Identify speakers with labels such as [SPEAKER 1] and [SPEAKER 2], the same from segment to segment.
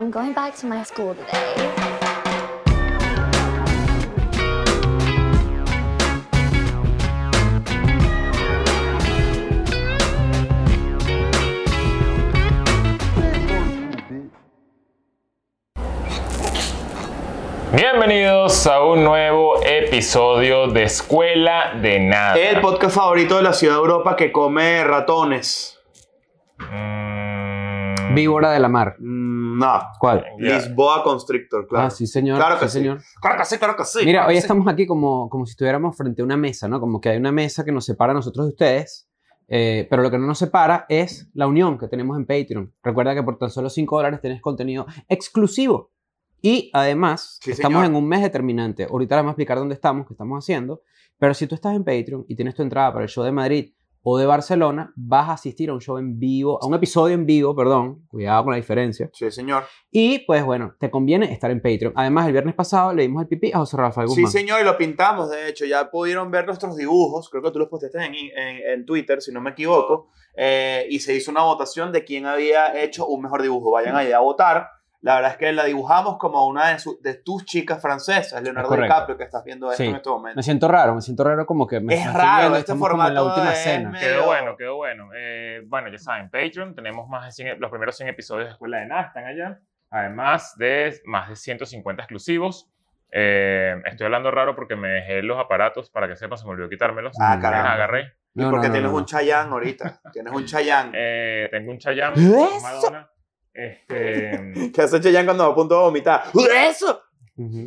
[SPEAKER 1] I'm going back to my school today.
[SPEAKER 2] Bienvenidos a un nuevo episodio de Escuela de Nada.
[SPEAKER 3] El podcast favorito de la ciudad de Europa que come ratones.
[SPEAKER 2] Mm,
[SPEAKER 4] Víbora de la mar.
[SPEAKER 3] Mm, No.
[SPEAKER 4] ¿Cuál?
[SPEAKER 2] Ya.
[SPEAKER 3] Lisboa Constrictor, claro.
[SPEAKER 4] Ah, sí, señor.
[SPEAKER 3] Claro que
[SPEAKER 4] sí, señor.
[SPEAKER 3] Claro que sí, claro que sí.
[SPEAKER 4] Mira,
[SPEAKER 3] claro
[SPEAKER 4] hoy
[SPEAKER 3] que sí.
[SPEAKER 4] estamos aquí como, como si estuviéramos frente a una mesa, ¿no? Como que hay una mesa que nos separa a nosotros de ustedes, eh, pero lo que no nos separa es la unión que tenemos en Patreon. Recuerda que por tan solo 5 dólares tenés contenido exclusivo. Y además,
[SPEAKER 3] Sí,
[SPEAKER 4] estamos
[SPEAKER 3] señor.
[SPEAKER 4] en un mes determinante. Ahorita les vamos a explicar dónde estamos, qué estamos haciendo. Pero si tú estás en Patreon y tienes tu entrada para el show de Madrid o de Barcelona, vas a asistir a un show en vivo, a un episodio en vivo, perdón, cuidado con la diferencia,
[SPEAKER 3] Sí, señor.
[SPEAKER 4] y pues bueno, te conviene estar en Patreon. Además, el viernes pasado le dimos el pipí a José Rafael
[SPEAKER 3] Sí,
[SPEAKER 4] Guzmán.
[SPEAKER 3] señor, y lo pintamos, de hecho. Ya pudieron ver nuestros dibujos. Creo que tú los posteaste en, en- en Twitter, si no me equivoco. Eh, y se hizo una votación de quién había hecho un mejor dibujo. Vayan allá a votar. La verdad es que la dibujamos como una de, su- de tus chicas francesas, Leonardo
[SPEAKER 4] Correcto.
[SPEAKER 3] DiCaprio, que estás viendo esto
[SPEAKER 4] Sí.
[SPEAKER 3] en este momento.
[SPEAKER 4] Me siento raro, me siento raro como que me
[SPEAKER 3] Es
[SPEAKER 4] me estoy
[SPEAKER 3] raro, este
[SPEAKER 4] viendo, estamos como en la
[SPEAKER 3] formato
[SPEAKER 4] última
[SPEAKER 3] es
[SPEAKER 4] cena.
[SPEAKER 2] Quedó
[SPEAKER 3] Pero-
[SPEAKER 2] bueno, quedó bueno. Eh, bueno, ya saben, Patreon, tenemos más de 100 los primeros 100 episodios de Escuela de Nada, están allá. Además de más de 150 exclusivos. Eh, estoy hablando raro porque me dejé los aparatos, para que sepan, se me olvidó quitármelos.
[SPEAKER 3] Ah,
[SPEAKER 2] Me
[SPEAKER 3] caramba.
[SPEAKER 2] los agarré.
[SPEAKER 3] Y
[SPEAKER 4] No,
[SPEAKER 3] porque
[SPEAKER 4] no, no,
[SPEAKER 3] tienes
[SPEAKER 4] no.
[SPEAKER 3] un Chayán ahorita. Tienes un Chayán.
[SPEAKER 2] Eh, tengo un Chayanne,
[SPEAKER 4] ¡Eso!
[SPEAKER 2] Madonna. Este,
[SPEAKER 3] ¿Qué hace Chayán cuando va a punto de vomitar? ¡Eso!
[SPEAKER 4] Ujú.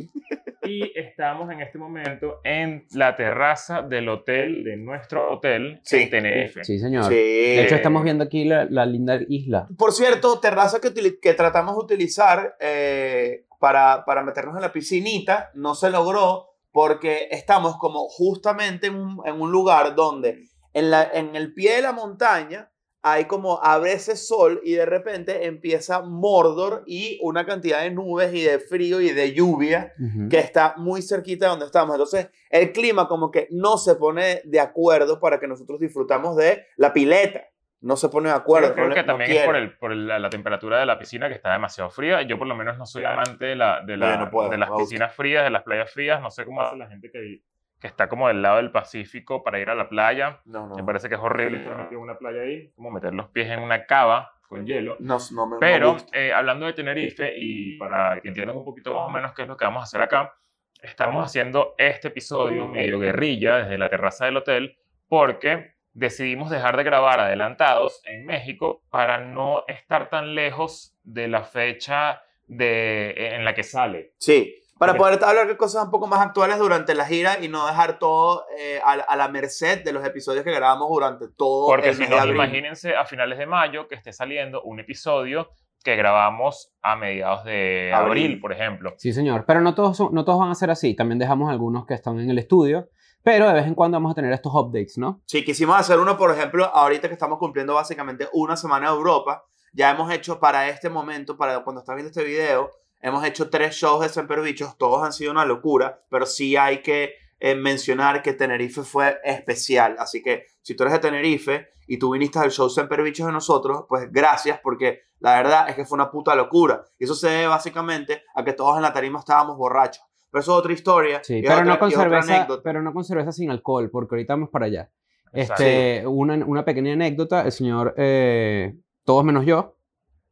[SPEAKER 2] Y estamos en este momento en la terraza del hotel, de nuestro hotel,
[SPEAKER 3] Sí.
[SPEAKER 2] en Tenerife.
[SPEAKER 4] Sí, señor.
[SPEAKER 3] Sí.
[SPEAKER 4] De hecho, estamos viendo aquí la, la linda isla.
[SPEAKER 3] Por cierto, terraza que, utili- que tratamos de utilizar eh, para, para meternos en la piscinita, no se logró porque estamos como justamente en un, en un lugar donde en, la, en el pie de la montaña hay como a veces sol y de repente empieza Mordor y una cantidad de nubes y de frío y de lluvia
[SPEAKER 4] Ujú.
[SPEAKER 3] que está muy cerquita de donde estamos. Entonces, el clima como que no se pone de acuerdo para que nosotros disfrutamos de la pileta. No se pone de acuerdo.
[SPEAKER 2] Yo creo
[SPEAKER 3] no le-
[SPEAKER 2] que
[SPEAKER 3] no
[SPEAKER 2] también es
[SPEAKER 3] quiere.
[SPEAKER 2] por, el, por el- la, la temperatura de la piscina que está demasiado fría. Yo por lo menos no soy amante de, la, de, la-
[SPEAKER 3] Yo no puedo,
[SPEAKER 2] de las
[SPEAKER 3] me gusta. Ah.
[SPEAKER 2] piscinas frías, de las playas frías. No sé cómo hace la gente que, que está como del lado del Pacífico para ir a la playa.
[SPEAKER 3] No, no,
[SPEAKER 2] Me parece que es horrible estar metido en una playa ahí, como meter los pies en una cava con hielo.
[SPEAKER 3] no, no me no
[SPEAKER 2] Pero
[SPEAKER 3] gusta.
[SPEAKER 2] eh, hablando de Tenerife, y para que entiendan un poquito más o menos qué es lo que vamos a hacer acá, estamos haciendo este episodio medio guerrilla desde la terraza del hotel porque decidimos dejar de grabar adelantados en México para no estar tan lejos de la fecha de, eh, en la que sale.
[SPEAKER 3] Sí. Para
[SPEAKER 2] Ok.
[SPEAKER 3] poder hablar de cosas un poco más actuales durante la gira y no dejar todo eh, a, la- a la merced de los episodios que grabamos durante todo
[SPEAKER 2] Porque
[SPEAKER 3] el
[SPEAKER 2] si
[SPEAKER 3] mes de
[SPEAKER 2] no,
[SPEAKER 3] abril.
[SPEAKER 2] imagínense a finales de mayo que esté saliendo un episodio que grabamos a mediados de
[SPEAKER 3] Abril.
[SPEAKER 2] abril por ejemplo.
[SPEAKER 4] Sí, señor. Pero no todos, son- no todos van a ser así. También dejamos algunos que están en el estudio. Pero de vez en cuando vamos a tener estos updates, ¿no?
[SPEAKER 3] Sí, quisimos hacer uno, por ejemplo, ahorita que estamos cumpliendo básicamente una semana de Europa, ya hemos hecho para este momento, para cuando estás viendo este video, hemos hecho tres shows de San Pedro Bichos, todos han sido una locura, pero sí hay que eh, mencionar que Tenerife fue especial, así que si tú eres de Tenerife y tú viniste al show San Pedro Bichos de nosotros, pues gracias porque la verdad es que fue una puta locura. Y eso se debe básicamente a que todos en la tarima estábamos borrachos. Pero eso es otra historia.
[SPEAKER 4] Sí,
[SPEAKER 3] y es
[SPEAKER 4] pero,
[SPEAKER 3] otra-
[SPEAKER 4] no con
[SPEAKER 3] y es otra
[SPEAKER 4] cerveza,
[SPEAKER 3] anécdota.
[SPEAKER 4] pero no con cerveza sin alcohol, porque ahorita vamos para allá.
[SPEAKER 2] Exacto.
[SPEAKER 4] Este, una, una pequeña anécdota. El señor, eh, todos menos yo,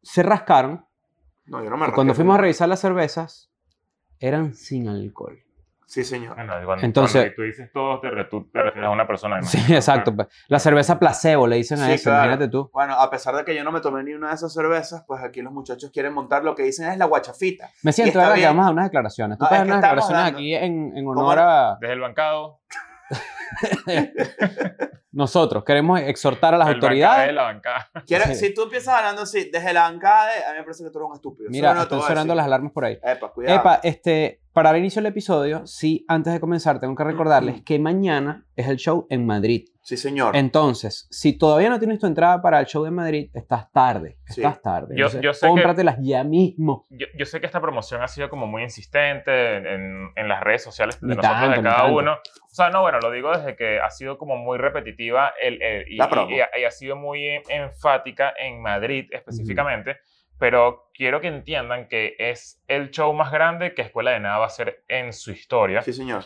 [SPEAKER 4] se rascaron
[SPEAKER 3] No, yo no me
[SPEAKER 4] Y Cuando
[SPEAKER 3] arrepiento.
[SPEAKER 4] fuimos a revisar las cervezas, eran sin alcohol.
[SPEAKER 3] Sí, señor.
[SPEAKER 2] Bueno, cuando,
[SPEAKER 4] Entonces-
[SPEAKER 2] cuando tú dices todo, te, re- tú te refieres a una persona.
[SPEAKER 4] Sí,
[SPEAKER 2] imagino.
[SPEAKER 4] exacto. pues. La cerveza placebo, le dicen a
[SPEAKER 3] Sí,
[SPEAKER 4] eso,
[SPEAKER 3] claro.
[SPEAKER 4] imagínate tú.
[SPEAKER 3] Bueno, a pesar de que yo no me tomé ni una de esas cervezas, pues aquí los muchachos quieren montar lo que dicen es la guachafita.
[SPEAKER 4] Me siento,
[SPEAKER 3] está
[SPEAKER 4] ¿verdad? Que
[SPEAKER 3] bien.
[SPEAKER 4] vamos a dar unas declaraciones. Tú
[SPEAKER 3] No,
[SPEAKER 4] puedes
[SPEAKER 3] es que
[SPEAKER 4] dar unas
[SPEAKER 3] estamos
[SPEAKER 4] declaraciones
[SPEAKER 3] dando.
[SPEAKER 4] aquí en, en
[SPEAKER 3] ¿Cómo
[SPEAKER 4] honor a
[SPEAKER 2] Desde el bancado,
[SPEAKER 4] nosotros. Queremos exhortar a las
[SPEAKER 2] El bancada de
[SPEAKER 4] autoridades.
[SPEAKER 2] la bancada.
[SPEAKER 3] Quiero-
[SPEAKER 4] Sí.
[SPEAKER 3] Si tú empiezas hablando así, desde la bancada, de- a mí me parece que tú eres un estúpido.
[SPEAKER 4] Mira,
[SPEAKER 3] Eso no te
[SPEAKER 4] están
[SPEAKER 3] voy a
[SPEAKER 4] sonando las
[SPEAKER 3] decir.
[SPEAKER 4] alarmas por ahí.
[SPEAKER 3] Epa, cuidado.
[SPEAKER 4] Epa, este, para dar inicio al episodio, sí, antes de comenzar, tengo que recordarles que mañana es el show en Madrid.
[SPEAKER 3] Sí, señor.
[SPEAKER 4] Entonces, si todavía no tienes tu entrada para el show de Madrid, estás tarde.
[SPEAKER 3] Sí.
[SPEAKER 4] Estás tarde.
[SPEAKER 2] Yo-
[SPEAKER 4] Entonces,
[SPEAKER 2] yo sé que-
[SPEAKER 4] cómpratelas ya mismo.
[SPEAKER 2] Yo, yo sé que esta promoción ha sido como muy insistente en, en las redes sociales de
[SPEAKER 4] Ni
[SPEAKER 2] nosotros,
[SPEAKER 4] tanto,
[SPEAKER 2] de
[SPEAKER 4] ni
[SPEAKER 2] cada
[SPEAKER 4] tanto.
[SPEAKER 2] uno. O sea, no, bueno, lo digo desde que ha sido como muy repetitiva el, el- y,
[SPEAKER 3] La promo.
[SPEAKER 2] y- y ha sido muy enfática en Madrid específicamente. pero quiero que entiendan que es el show más grande que Escuela de Nada va a hacer en su historia.
[SPEAKER 3] Sí, señor.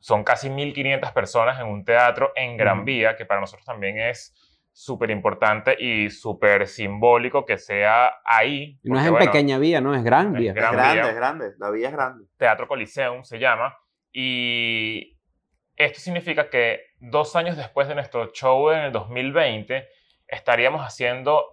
[SPEAKER 2] Son casi 1.500 personas en un teatro en Gran
[SPEAKER 4] Ujú.
[SPEAKER 2] Vía, que para nosotros también es súper importante y súper simbólico que sea ahí.
[SPEAKER 4] Y No es
[SPEAKER 2] porque,
[SPEAKER 4] en
[SPEAKER 2] bueno,
[SPEAKER 4] pequeña vía, no, es gran
[SPEAKER 2] es
[SPEAKER 4] vía.
[SPEAKER 2] gran-
[SPEAKER 3] es grande,
[SPEAKER 2] vía.
[SPEAKER 3] es grande. La vía es grande.
[SPEAKER 2] Teatro Coliseum se llama. Y esto significa que dos años después de nuestro show en el 2020, estaríamos haciendo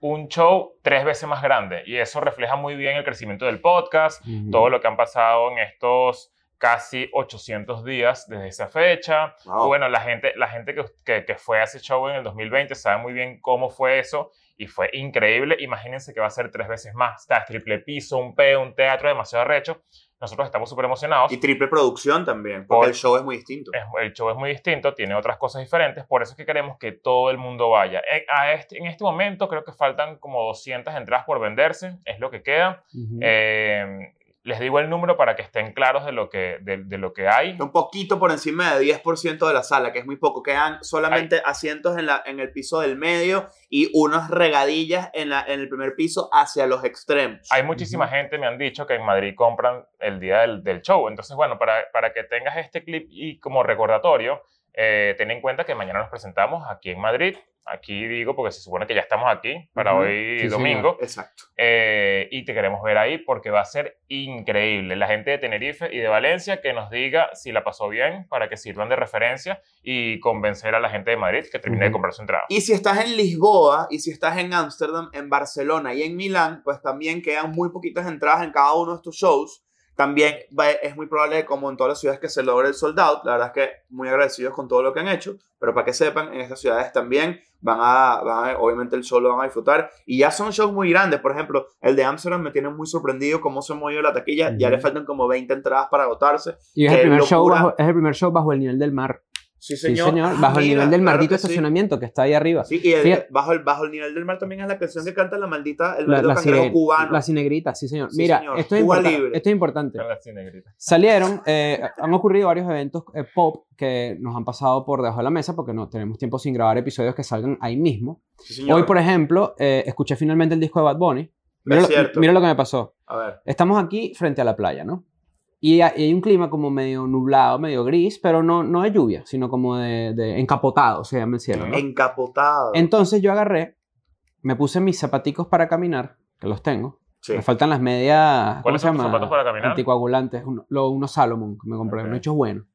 [SPEAKER 2] un show tres veces más grande. Y eso refleja muy bien el crecimiento del podcast,
[SPEAKER 4] Ujú.
[SPEAKER 2] todo lo que han pasado en estos casi 800 días desde esa fecha.
[SPEAKER 3] Wow.
[SPEAKER 2] Bueno, la gente, la gente que, que, que fue a ese show en el 2020 sabe muy bien cómo fue eso y fue increíble. Imagínense que va a ser tres veces más. Está triple piso, un P, un teatro demasiado recho. Nosotros estamos súper emocionados.
[SPEAKER 3] Y triple producción también, porque
[SPEAKER 2] Por- Eh.
[SPEAKER 3] el show es muy distinto.
[SPEAKER 2] Es- el show es muy distinto, tiene otras cosas diferentes, por eso es que queremos que todo el mundo vaya. En, a este, en este momento creo que faltan como 200 entradas por venderse, es lo que queda.
[SPEAKER 4] Ujú.
[SPEAKER 2] Eh, les digo el número para que estén claros de lo que, de, de lo que hay.
[SPEAKER 3] Está un poquito por encima de 10% de la sala, que es muy poco. Quedan solamente asientos en, la, en el piso del medio y unas regadillas en, la, en el primer piso hacia los extremos.
[SPEAKER 2] Hay muchísima
[SPEAKER 4] Ujú.
[SPEAKER 2] gente, me han dicho, que en Madrid compran el día del, del show. Entonces, bueno, para, para que tengas este clip y como recordatorio, eh, ten en cuenta que mañana nos presentamos aquí en Madrid. Aquí digo, porque se supone que ya estamos aquí para
[SPEAKER 3] Ujú.
[SPEAKER 2] hoy
[SPEAKER 4] Sí, señor.
[SPEAKER 2] domingo.
[SPEAKER 3] Exacto.
[SPEAKER 2] Eh, y te queremos ver ahí porque va a ser increíble. La gente de Tenerife y de Valencia que nos diga si la pasó bien para que sirvan de referencia y convencer a la gente de Madrid que termine de
[SPEAKER 4] Ujú.
[SPEAKER 2] comprar su entrada.
[SPEAKER 3] Y si estás en Lisboa, y si estás en Ámsterdam, en Barcelona y en Milán, pues también quedan muy poquitas entradas en cada uno de estos shows. También va- es muy probable, como en todas las ciudades, que se logre el sold out. La verdad es que muy agradecidos con todo lo que han hecho. Pero para que sepan, en estas ciudades también van a, van a- obviamente el show lo van a disfrutar. Y ya son shows muy grandes. Por ejemplo, el de Ámsterdam me tiene muy sorprendido cómo se movió la taquilla. Ya le
[SPEAKER 4] Ujú.
[SPEAKER 3] faltan como 20 entradas para agotarse.
[SPEAKER 4] Y es el,
[SPEAKER 3] qué
[SPEAKER 4] primer show
[SPEAKER 3] locura.
[SPEAKER 4] bajo, es el primer show bajo el nivel del mar.
[SPEAKER 3] Sí,
[SPEAKER 4] Sí,
[SPEAKER 3] señor.
[SPEAKER 4] señor.
[SPEAKER 3] Ah,
[SPEAKER 4] bajo el
[SPEAKER 3] mira,
[SPEAKER 4] nivel del
[SPEAKER 3] claro
[SPEAKER 4] maldito
[SPEAKER 3] que sí.
[SPEAKER 4] estacionamiento que está ahí arriba.
[SPEAKER 3] Sí, y el-
[SPEAKER 4] Fíjate.
[SPEAKER 3] bajo, el, bajo el nivel del mar también es la canción que canta la maldita, el
[SPEAKER 4] La,
[SPEAKER 3] maldito
[SPEAKER 4] la
[SPEAKER 3] cangrejo
[SPEAKER 4] sire-
[SPEAKER 3] cubano.
[SPEAKER 4] la cinegrita, sí, señor.
[SPEAKER 3] Sí,
[SPEAKER 4] Mira,
[SPEAKER 3] señor.
[SPEAKER 4] Esto, es
[SPEAKER 3] Cuba
[SPEAKER 4] importa-
[SPEAKER 3] libre.
[SPEAKER 4] esto es importante.
[SPEAKER 2] Así, negrita.
[SPEAKER 4] Salieron, eh, han ocurrido varios eventos eh, pop que nos han pasado por debajo de la mesa porque no tenemos tiempo sin grabar episodios que salgan ahí mismo.
[SPEAKER 3] Sí, señor.
[SPEAKER 4] Hoy, por ejemplo, eh, escuché finalmente el disco de Bad Bunny. Mira,
[SPEAKER 3] Es
[SPEAKER 4] lo-
[SPEAKER 3] cierto.
[SPEAKER 4] mira lo que me pasó.
[SPEAKER 3] A ver.
[SPEAKER 4] Estamos aquí frente a la playa, ¿no? Y ha- y hay un clima como medio nublado, medio gris, pero no, no de lluvia, sino como de, de encapotado, se llama el cielo, ¿no?
[SPEAKER 3] Encapotado.
[SPEAKER 4] Entonces yo agarré, me puse mis zapaticos para caminar, que los tengo.
[SPEAKER 3] Sí.
[SPEAKER 4] Me faltan las medias. ¿cómo
[SPEAKER 2] ¿Cuáles
[SPEAKER 4] se
[SPEAKER 2] son tus
[SPEAKER 4] llama?
[SPEAKER 2] zapatos para caminar?
[SPEAKER 4] Anticoagulantes, uno- lo- unos Salomon que me compré,
[SPEAKER 2] Ok.
[SPEAKER 4] unos hechos buenos.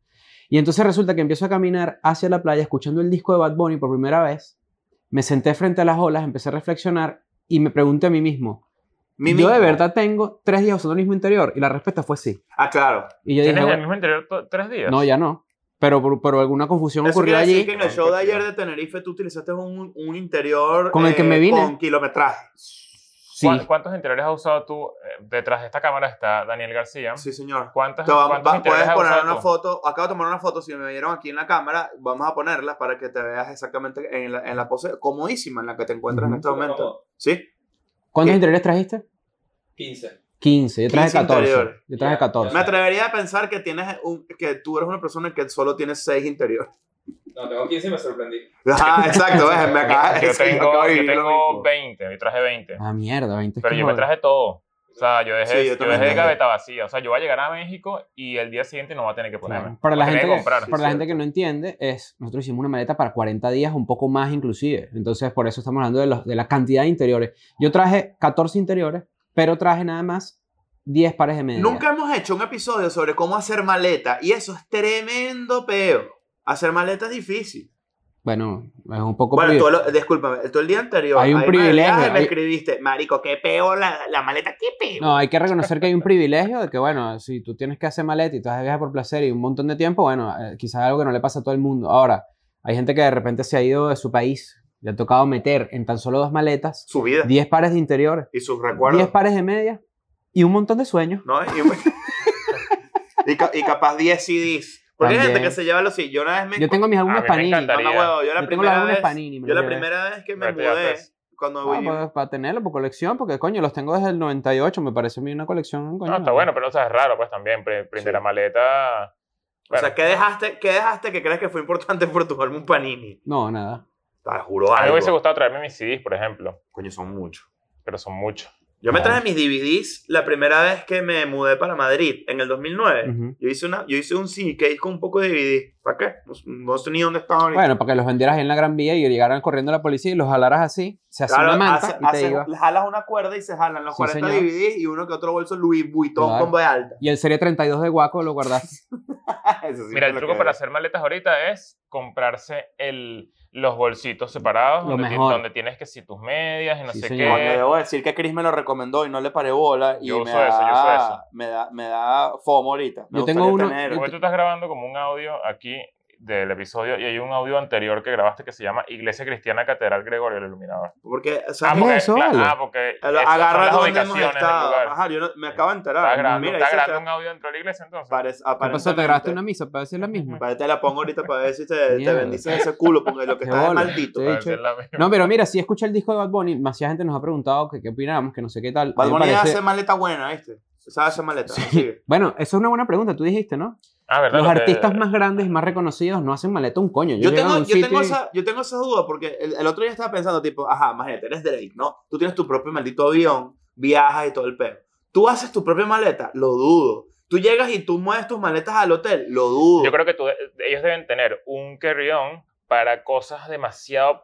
[SPEAKER 4] Y entonces resulta que empiezo a caminar hacia la playa escuchando el disco de Bad Bunny por primera vez. Me senté frente a las olas, empecé a reflexionar y me pregunté a mí mismo:
[SPEAKER 3] Mi
[SPEAKER 4] ¿Yo de
[SPEAKER 3] mismo.
[SPEAKER 4] verdad tengo tres días usando el mismo interior? Y la respuesta fue sí.
[SPEAKER 3] Ah, claro.
[SPEAKER 4] Y yo
[SPEAKER 2] ¿Tienes
[SPEAKER 4] dije:
[SPEAKER 2] el
[SPEAKER 4] bueno,
[SPEAKER 2] mismo interior to- tres días?
[SPEAKER 4] No, ya no. Pero, por- pero alguna confusión
[SPEAKER 3] Eso
[SPEAKER 4] ocurrió
[SPEAKER 3] quiere decir
[SPEAKER 4] allí.
[SPEAKER 3] que en el show de ayer de Tenerife tú utilizaste un, un interior eh,
[SPEAKER 4] Con el que me vine.
[SPEAKER 3] con kilometraje.
[SPEAKER 4] Sí.
[SPEAKER 2] ¿Cuán- ¿Cuántos interiores has usado tú? Eh, Detrás de esta cámara está Daniel García.
[SPEAKER 3] Sí, señor.
[SPEAKER 2] ¿Cuántos,
[SPEAKER 3] Te vamos-
[SPEAKER 2] cuántos
[SPEAKER 3] va-
[SPEAKER 2] interiores
[SPEAKER 3] puedes
[SPEAKER 2] has
[SPEAKER 3] poner
[SPEAKER 2] usado
[SPEAKER 3] una
[SPEAKER 2] tú?
[SPEAKER 3] foto. Acabo de tomar una foto. Si me vieron aquí en la cámara, vamos a ponerla para que te veas exactamente en la, en la pose comodísima en la que te encuentras en
[SPEAKER 4] Ujú.
[SPEAKER 3] este momento. ¿Sí.
[SPEAKER 4] ¿Cuántos
[SPEAKER 3] ¿Qué?
[SPEAKER 4] interiores trajiste?
[SPEAKER 5] 15.
[SPEAKER 4] 15. Yo traje
[SPEAKER 3] 15
[SPEAKER 4] 14.
[SPEAKER 3] interiores.
[SPEAKER 4] Yo traje
[SPEAKER 5] Ya,
[SPEAKER 4] 14.
[SPEAKER 3] Me atrevería a pensar que tienes un, que tú eres una persona que solo tiene seis interiores.
[SPEAKER 5] No, tengo 15 y me sorprendí.
[SPEAKER 3] Ajá, Ah, exacto, ves, me acaba
[SPEAKER 2] Yo
[SPEAKER 3] es que me
[SPEAKER 2] tengo,
[SPEAKER 3] acaba de
[SPEAKER 2] yo
[SPEAKER 3] vivir lo
[SPEAKER 2] tengo
[SPEAKER 3] mismo.
[SPEAKER 2] 20, yo traje 20.
[SPEAKER 4] Ah, mierda, 20 es
[SPEAKER 2] Pero
[SPEAKER 4] que
[SPEAKER 2] yo me
[SPEAKER 4] joder.
[SPEAKER 2] traje todo. O sea, yo dejé,
[SPEAKER 3] Sí, yo
[SPEAKER 2] yo
[SPEAKER 3] también
[SPEAKER 2] dejé
[SPEAKER 3] dejé.
[SPEAKER 2] gaveta vacía. O sea, yo voy a llegar a México y el día siguiente no va a tener que
[SPEAKER 4] Claro.
[SPEAKER 2] ponerme.
[SPEAKER 4] Para, la
[SPEAKER 2] Voy a
[SPEAKER 4] gente,
[SPEAKER 2] tener
[SPEAKER 4] que,
[SPEAKER 2] que comprar.
[SPEAKER 4] para la
[SPEAKER 3] Sí,
[SPEAKER 4] gente que no entiende, es, nosotros hicimos una maleta para 40 días, un poco más inclusive. Entonces, por eso estamos hablando de, los- de la cantidad de interiores. Yo traje 14 interiores, pero traje nada más 10 pares de medias.
[SPEAKER 3] Nunca hemos hecho un episodio sobre cómo hacer maleta y eso es tremendo peo. Hacer maleta es difícil.
[SPEAKER 4] Bueno, es un poco...
[SPEAKER 3] Bueno,
[SPEAKER 4] privi-
[SPEAKER 3] todo lo- discúlpame, todo el día anterior.
[SPEAKER 4] Hay un
[SPEAKER 3] ahí me-
[SPEAKER 4] privilegio,
[SPEAKER 3] ah, Me
[SPEAKER 4] hay-
[SPEAKER 3] escribiste, marico, qué peo la, la maleta, qué peo.
[SPEAKER 4] No, hay que reconocer que hay un privilegio de que, bueno, si tú tienes que hacer maleta y tú vas de viaje por placer y un montón de tiempo, bueno, eh, quizás algo que no le pasa a todo el mundo. Ahora, hay gente que de repente se ha ido de su país, le ha tocado meter en tan solo dos maletas
[SPEAKER 3] Su vida
[SPEAKER 4] 10 pares de interiores,
[SPEAKER 3] y sus
[SPEAKER 4] 10
[SPEAKER 3] recuerdos.
[SPEAKER 4] pares de medias y un montón de sueños.
[SPEAKER 3] ¿no? Y, y ca- y capaz 10 CDs. Porque hay gente
[SPEAKER 4] También.
[SPEAKER 3] que se lleva los CDs. Yo una vez me
[SPEAKER 4] Yo tengo mis
[SPEAKER 2] A
[SPEAKER 4] álbumes
[SPEAKER 2] mí me
[SPEAKER 4] Panini.
[SPEAKER 2] encantaría.
[SPEAKER 3] Mamá huevo, yo la
[SPEAKER 4] Yo tengo los
[SPEAKER 3] primera
[SPEAKER 4] álbumes
[SPEAKER 3] vez,
[SPEAKER 4] Panini, me
[SPEAKER 3] yo
[SPEAKER 4] los
[SPEAKER 3] la
[SPEAKER 4] llevé.
[SPEAKER 3] primera vez que me
[SPEAKER 2] Ahorita ya
[SPEAKER 3] mudé
[SPEAKER 2] pues,
[SPEAKER 3] cuando
[SPEAKER 4] Ah,
[SPEAKER 3] viví-
[SPEAKER 4] para, tenerlo, por colección, porque coño, los tengo desde el 98, me parece a mí una colección. Coño,
[SPEAKER 2] No, está bueno, pero o sea, es raro, pues también. Pri- Primera
[SPEAKER 3] Sí.
[SPEAKER 2] maleta.
[SPEAKER 3] O sea,
[SPEAKER 2] Bueno,
[SPEAKER 3] ¿qué dejaste, ¿qué dejaste que crees que fue importante por tu álbum Panini?
[SPEAKER 4] No, nada.
[SPEAKER 3] Te juro
[SPEAKER 2] a mí me hubiese
[SPEAKER 3] algo.
[SPEAKER 2] gustado traerme mis CDs, por ejemplo,
[SPEAKER 3] Coño, son muchos.
[SPEAKER 2] pero son muchos.
[SPEAKER 3] Yo me
[SPEAKER 4] Claro.
[SPEAKER 3] traje mis DVDs la primera vez que me mudé para Madrid, en el 2009.
[SPEAKER 4] Ujú.
[SPEAKER 3] Yo hice, una, yo hice un CD con un poco de DVD. ¿Para qué? No, no sé ni dónde estaba ahorita.
[SPEAKER 4] Bueno, para que los vendieras ahí en la Gran Vía y llegaran corriendo a la policía y los jalaras así, se hacía
[SPEAKER 3] Claro,
[SPEAKER 4] una manta
[SPEAKER 3] hace-
[SPEAKER 4] y te
[SPEAKER 3] hace-
[SPEAKER 4] iba.
[SPEAKER 3] jalas una cuerda y se jalan los
[SPEAKER 4] Sí,
[SPEAKER 3] 40
[SPEAKER 4] señor.
[SPEAKER 3] DVDs y uno que otro bolso Louis Vuitton
[SPEAKER 4] Claro.
[SPEAKER 3] con B alta.
[SPEAKER 4] Y el Serie 32 de Guaco lo guardaste.
[SPEAKER 3] Eso sí
[SPEAKER 2] Mira,
[SPEAKER 3] me
[SPEAKER 2] el
[SPEAKER 3] lo
[SPEAKER 2] truco
[SPEAKER 3] quedé.
[SPEAKER 2] para hacer maletas ahorita es comprarse el, los bolsitos separados,
[SPEAKER 4] Lo
[SPEAKER 2] donde, ti-
[SPEAKER 4] mejor.
[SPEAKER 2] donde tienes que si tus medias y no
[SPEAKER 4] Sí,
[SPEAKER 2] sé
[SPEAKER 4] señor.
[SPEAKER 3] Coño,
[SPEAKER 2] qué.
[SPEAKER 3] debo decir que Chris me lo recomendó y no le paré bola. Y
[SPEAKER 2] Yo
[SPEAKER 3] me
[SPEAKER 2] uso
[SPEAKER 3] da,
[SPEAKER 2] eso, yo uso eso.
[SPEAKER 3] Me da, me da FOMO ahorita. Me
[SPEAKER 4] Yo tengo
[SPEAKER 3] gustaría
[SPEAKER 4] uno-
[SPEAKER 3] tener-
[SPEAKER 2] Porque tú estás grabando como un audio aquí del episodio y hay un audio anterior que grabaste que se llama Iglesia Cristiana Catedral Gregorio el Iluminador.
[SPEAKER 3] Porque, o sea,
[SPEAKER 2] Ah,
[SPEAKER 4] ¿Qué es
[SPEAKER 2] porque,
[SPEAKER 4] eso,
[SPEAKER 2] claro,
[SPEAKER 4] vale?
[SPEAKER 2] ah, porque
[SPEAKER 3] Eh, lo-
[SPEAKER 2] esas son
[SPEAKER 3] agarra
[SPEAKER 2] las
[SPEAKER 3] donde hemos
[SPEAKER 2] ubicaciones del
[SPEAKER 3] estado.
[SPEAKER 2] lugar.
[SPEAKER 3] Ajá, yo no- me acabo de
[SPEAKER 2] Estás
[SPEAKER 3] enterar.
[SPEAKER 2] grabando,
[SPEAKER 3] Mira,
[SPEAKER 2] estás
[SPEAKER 3] ahí se
[SPEAKER 2] grabando un audio dentro de la iglesia entonces.
[SPEAKER 3] Parece,
[SPEAKER 4] ¿Qué pasó? ¿Te grabaste una
[SPEAKER 3] aparentemente.
[SPEAKER 4] misa para decir la misma?
[SPEAKER 3] Parece que la pongo ahorita para ver si te, te
[SPEAKER 4] Mierda.
[SPEAKER 3] bendices ese culo, porque lo que
[SPEAKER 4] Qué
[SPEAKER 3] está es
[SPEAKER 4] bola.
[SPEAKER 3] maldito.
[SPEAKER 4] Sí.
[SPEAKER 2] Para
[SPEAKER 4] dicho-
[SPEAKER 2] hacer la misma.
[SPEAKER 4] No, pero mira, si escucha el disco de Bad Bunny, demasiada gente nos ha preguntado que qué opinamos, que no sé qué tal. A
[SPEAKER 3] Bad
[SPEAKER 4] mí me
[SPEAKER 3] Bunny
[SPEAKER 4] parece-
[SPEAKER 3] hace maleta buena, ¿viste? Sabe hacer maleta.
[SPEAKER 4] Sí.
[SPEAKER 3] sigue.
[SPEAKER 4] Bueno, eso es una buena pregunta, tú dijiste, ¿no?
[SPEAKER 2] Ah, ¿verdad?
[SPEAKER 4] Los
[SPEAKER 2] Lo que-
[SPEAKER 4] artistas más grandes y más reconocidos no hacen maleta un coño.
[SPEAKER 3] Yo,
[SPEAKER 4] Yo, llego a
[SPEAKER 3] tengo,
[SPEAKER 4] un
[SPEAKER 3] yo,
[SPEAKER 4] sitio
[SPEAKER 3] tengo
[SPEAKER 4] y-
[SPEAKER 3] esa, yo tengo esa duda porque el, el otro día estaba pensando, tipo, ajá, imagínate, eres Drake, ¿no? Tú tienes tu propio maldito avión, viajas y todo el pedo. Tú haces tu propia maleta, lo dudo. Tú llegas y tú mueves tus maletas al hotel, lo dudo.
[SPEAKER 2] Yo creo que tú de- ellos deben tener un carry-on para cosas demasiado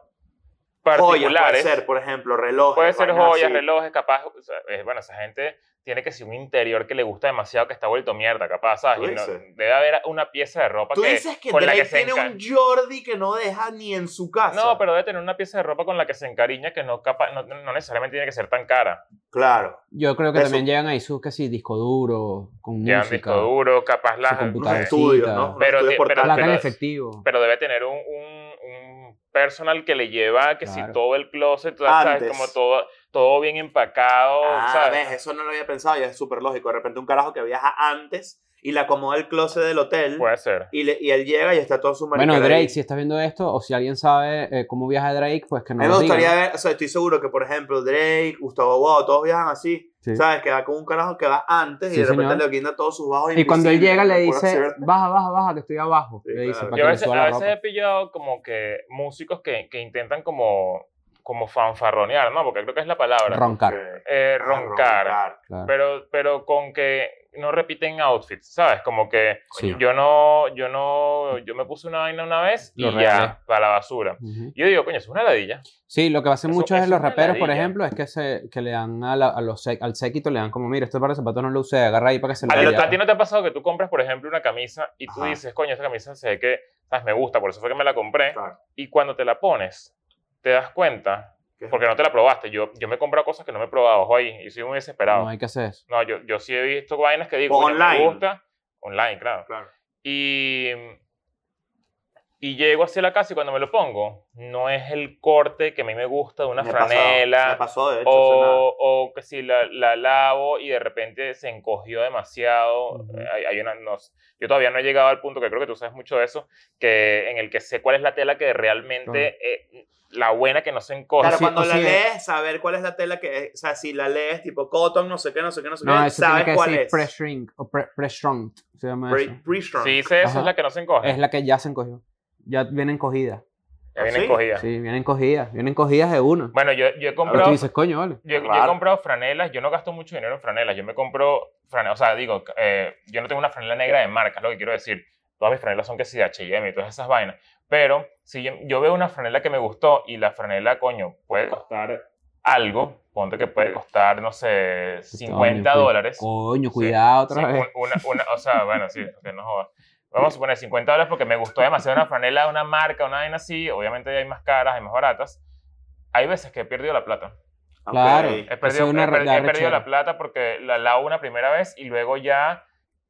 [SPEAKER 3] joyas,
[SPEAKER 2] particulares.
[SPEAKER 3] puede ser, por ejemplo, relojes.
[SPEAKER 2] Puede ser
[SPEAKER 3] vainas
[SPEAKER 2] joyas,
[SPEAKER 3] así.
[SPEAKER 2] relojes, capaz. o sea, eh, bueno, esa gente tiene que ser un interior que le gusta demasiado, que está vuelto mierda, capaz, ¿sabes?
[SPEAKER 3] ¿Tú
[SPEAKER 2] Y no-
[SPEAKER 3] dices?
[SPEAKER 2] debe haber una pieza de ropa
[SPEAKER 3] Tú
[SPEAKER 2] que.
[SPEAKER 3] dices que
[SPEAKER 2] con la
[SPEAKER 3] Drake
[SPEAKER 2] que se
[SPEAKER 3] tiene
[SPEAKER 2] encan-
[SPEAKER 3] un Jordi que no deja ni en su casa.
[SPEAKER 2] No, pero debe tener una pieza de ropa con la que se encariña que no, capa- no, no necesariamente tiene que ser tan cara.
[SPEAKER 3] Claro.
[SPEAKER 4] Yo creo que
[SPEAKER 3] Eso.
[SPEAKER 4] también llegan ahí sus casi disco duro, con
[SPEAKER 2] Llevan
[SPEAKER 4] música.
[SPEAKER 2] disco duro, capaz las.
[SPEAKER 3] Unos
[SPEAKER 4] computadora. Tarjeta.
[SPEAKER 3] estudios, ¿no? Unos
[SPEAKER 2] Pero
[SPEAKER 3] estudios
[SPEAKER 2] ti-
[SPEAKER 3] portátiles.
[SPEAKER 4] plata en
[SPEAKER 2] pero-
[SPEAKER 4] efectivo.
[SPEAKER 2] Pero debe tener un, un, un personal que le lleva que si
[SPEAKER 4] Claro.
[SPEAKER 2] todo el closet, ¿sabes?
[SPEAKER 3] Antes.
[SPEAKER 2] Como todo, todo bien empacado,
[SPEAKER 3] Ah,
[SPEAKER 2] ¿sabes?
[SPEAKER 3] ves, eso no lo había pensado y es súper lógico. De repente un carajo que viaja antes y le acomoda el closet del hotel
[SPEAKER 2] Puede ser.
[SPEAKER 3] y, le- y él llega y está todo su
[SPEAKER 4] Bueno,
[SPEAKER 3] mariquera
[SPEAKER 4] Drake,
[SPEAKER 3] ahí.
[SPEAKER 4] si estás viendo esto, o si alguien sabe eh, cómo viaja Drake, pues que
[SPEAKER 3] A
[SPEAKER 4] nos
[SPEAKER 3] mí me
[SPEAKER 4] lo diga,
[SPEAKER 3] gustaría
[SPEAKER 4] ¿no?
[SPEAKER 3] ver, o sea, estoy seguro que, por ejemplo, Drake, Gustavo Wow, todos viajan así,
[SPEAKER 4] Sí.
[SPEAKER 3] ¿sabes? Que va con un carajo que va antes y
[SPEAKER 4] Sí,
[SPEAKER 3] de repente
[SPEAKER 4] señor.
[SPEAKER 3] le quita todos sus bajos
[SPEAKER 4] Y cuando él
[SPEAKER 3] invisibles,
[SPEAKER 4] llega le
[SPEAKER 3] por
[SPEAKER 4] dice,
[SPEAKER 3] hacer-
[SPEAKER 4] baja, baja, baja, que estoy abajo.
[SPEAKER 3] Sí,
[SPEAKER 4] le dice,
[SPEAKER 3] claro.
[SPEAKER 4] para
[SPEAKER 2] Yo a
[SPEAKER 4] que le
[SPEAKER 2] veces,
[SPEAKER 4] suba
[SPEAKER 2] a
[SPEAKER 4] la
[SPEAKER 2] veces he
[SPEAKER 4] ropa.
[SPEAKER 2] pillado como que músicos que, que intentan como, como fanfarronear, ¿no? Porque creo que es la palabra.
[SPEAKER 4] Roncar,
[SPEAKER 3] Eh,
[SPEAKER 2] Eh,
[SPEAKER 3] ah,
[SPEAKER 2] roncar.
[SPEAKER 4] claro.
[SPEAKER 2] Pero, pero con que no repiten outfits, ¿sabes? Como que
[SPEAKER 4] Sí.
[SPEAKER 2] yo no, yo no, yo me puse una vaina una vez y
[SPEAKER 4] Lo regalé.
[SPEAKER 2] ya, para la basura.
[SPEAKER 4] Ujú.
[SPEAKER 2] Yo digo, coño, eso es una ladilla.
[SPEAKER 4] Sí, lo que hacen
[SPEAKER 2] Eso-
[SPEAKER 4] muchos
[SPEAKER 2] eso
[SPEAKER 4] de los
[SPEAKER 2] es una
[SPEAKER 4] raperos, por
[SPEAKER 2] ladilla.
[SPEAKER 4] ejemplo, es que, se, que le dan a la- a los, sec- al séquito, le dan como, mira, este par de zapatos no lo usé, agarra ahí para que se lo
[SPEAKER 2] A, ti-
[SPEAKER 4] vea.
[SPEAKER 2] a ti no te ha pasado que tú compras, por ejemplo, una camisa y tú
[SPEAKER 3] Ajá.
[SPEAKER 2] dices, coño, esta camisa sé que ¿sabes? me gusta, por eso fue que me la compré.
[SPEAKER 3] Claro.
[SPEAKER 2] Y cuando te la pones, te das cuenta,
[SPEAKER 3] ¿Qué es?
[SPEAKER 2] porque no te la probaste. Yo, yo me he comprado cosas que no me he probado, ojo ahí, y soy muy desesperado.
[SPEAKER 4] No hay que hacer eso.
[SPEAKER 2] No, yo, yo sí he visto vainas que digo,
[SPEAKER 3] O
[SPEAKER 2] "Coño, me
[SPEAKER 3] online.
[SPEAKER 2] gusta. Online, claro.
[SPEAKER 3] Claro.
[SPEAKER 2] Y, y llego hacia la casa y cuando me lo pongo, no es el corte que a mí me gusta de una
[SPEAKER 3] Me pasó,
[SPEAKER 2] franela.
[SPEAKER 3] me pasó, de hecho, hace nada.
[SPEAKER 2] o, o que si la, la lavo y de repente se encogió demasiado.
[SPEAKER 4] Ujú.
[SPEAKER 2] Hay- hay una- no sé. yo todavía no he llegado al punto que creo que tú sabes mucho de eso, que en el que sé cuál es la tela que realmente
[SPEAKER 4] Claro.
[SPEAKER 2] eh, la buena que no se encoge.
[SPEAKER 3] Claro,
[SPEAKER 4] sí-
[SPEAKER 3] cuando
[SPEAKER 4] o
[SPEAKER 3] la
[SPEAKER 4] sí es.
[SPEAKER 3] lees, saber cuál es la tela que es. O sea, si la lees tipo cotton, no sé qué, no sé qué, no sé
[SPEAKER 4] No,
[SPEAKER 3] qué,
[SPEAKER 4] eso tiene
[SPEAKER 3] sabes
[SPEAKER 4] que
[SPEAKER 3] cuál
[SPEAKER 4] decir
[SPEAKER 3] es.
[SPEAKER 4] pre-shrink o pre- pre-shrunk, se llama eso.
[SPEAKER 3] Pre- pre-shrunk.
[SPEAKER 2] Si dice eso,
[SPEAKER 4] Ajá.
[SPEAKER 2] es la que no se encoge.
[SPEAKER 4] Es la que ya se encogió. Ya vienen cogidas.
[SPEAKER 2] Ya viene
[SPEAKER 3] ¿Sí?
[SPEAKER 2] encogida.
[SPEAKER 4] Sí, vienen cogidas. Vienen cogidas de uno.
[SPEAKER 2] Bueno, yo, yo he
[SPEAKER 4] Pero tú
[SPEAKER 2] comprado.
[SPEAKER 4] dices, coño, vale.
[SPEAKER 2] Yo, yo he
[SPEAKER 3] Raro.
[SPEAKER 2] comprado franelas, yo no gasto mucho dinero en franelas, yo me compro franelas, o sea, digo, eh, yo no tengo una franela negra de marca, es lo que quiero decir. Todas mis franelas son que si de H&M y todas esas vainas, pero si yo, yo veo una franela que me gustó y la franela, coño, puede costar algo, ponte que puede costar, no sé, 50
[SPEAKER 4] Coño, cu-
[SPEAKER 2] dólares.
[SPEAKER 4] Coño, cuidado
[SPEAKER 2] Sí,
[SPEAKER 4] otra vez.
[SPEAKER 2] un- una, una- o sea, bueno, sí, que no jodas. Vamos a suponer 50 dólares porque me gustó demasiado una franela de una marca, una vaina así, obviamente hay más caras, hay más baratas. Hay veces que he perdido la plata.
[SPEAKER 3] Ok.
[SPEAKER 4] Claro.
[SPEAKER 2] He
[SPEAKER 4] Esa
[SPEAKER 2] perdido,
[SPEAKER 4] es una
[SPEAKER 2] he per-
[SPEAKER 4] re- la
[SPEAKER 2] he perdido
[SPEAKER 4] rechera.
[SPEAKER 2] la plata porque la lavo una primera vez y luego ya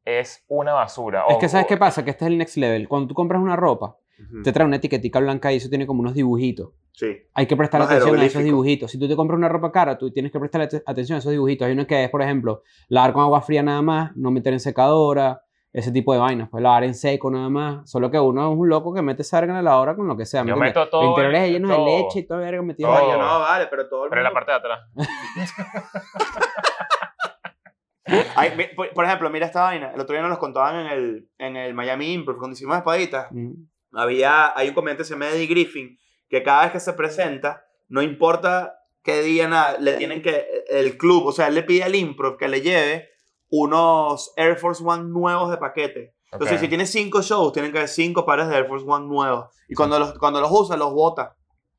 [SPEAKER 2] es una basura.
[SPEAKER 4] Es
[SPEAKER 2] O-
[SPEAKER 4] que ¿sabes
[SPEAKER 3] Oh.
[SPEAKER 2] o-
[SPEAKER 4] qué pasa? Que este es el next level. Cuando tú compras una ropa,
[SPEAKER 3] Ujú.
[SPEAKER 4] te trae una etiquetica blanca y eso tiene como unos dibujitos.
[SPEAKER 3] Sí.
[SPEAKER 4] Hay que prestar
[SPEAKER 3] Unos
[SPEAKER 4] atención a esos
[SPEAKER 3] jeroglíficos.
[SPEAKER 4] dibujitos. Si tú te compras una ropa cara, tú tienes que prestar atención a esos dibujitos. Hay uno que es, por ejemplo, lavar con agua fría nada más, no meter en secadora, ese tipo de vainas. Pues lavar en seco nada más. Solo que uno es un loco que mete sarga en la hora con lo que sea. ¿me
[SPEAKER 2] Yo
[SPEAKER 4] entiendes?
[SPEAKER 2] meto todo,
[SPEAKER 4] Los interiores llenos
[SPEAKER 2] todo.
[SPEAKER 4] de leche y toda verga metido.
[SPEAKER 2] Todo.
[SPEAKER 4] ahí.
[SPEAKER 3] Coño, no, vale, pero todo el
[SPEAKER 2] Pero en la
[SPEAKER 3] mundo-
[SPEAKER 2] parte de atrás.
[SPEAKER 3] Ay, mi- por, por ejemplo, mira esta vaina. El otro día nos los contaban en el, en el Miami Improv cuando hicimos espaditas.
[SPEAKER 4] Mm.
[SPEAKER 3] Había, hay un comediante que se llama Eddie Griffin que cada vez que se presenta, no importa qué día nada, le tienen que, el club, o sea, él le pide al improv que le lleve unos Air Force One nuevos de paquete. Entonces,
[SPEAKER 2] Ok.
[SPEAKER 3] si tienes cinco shows, tienen que haber cinco pares de Air Force One nuevos. Y cuando los, cuando los usa, los bota.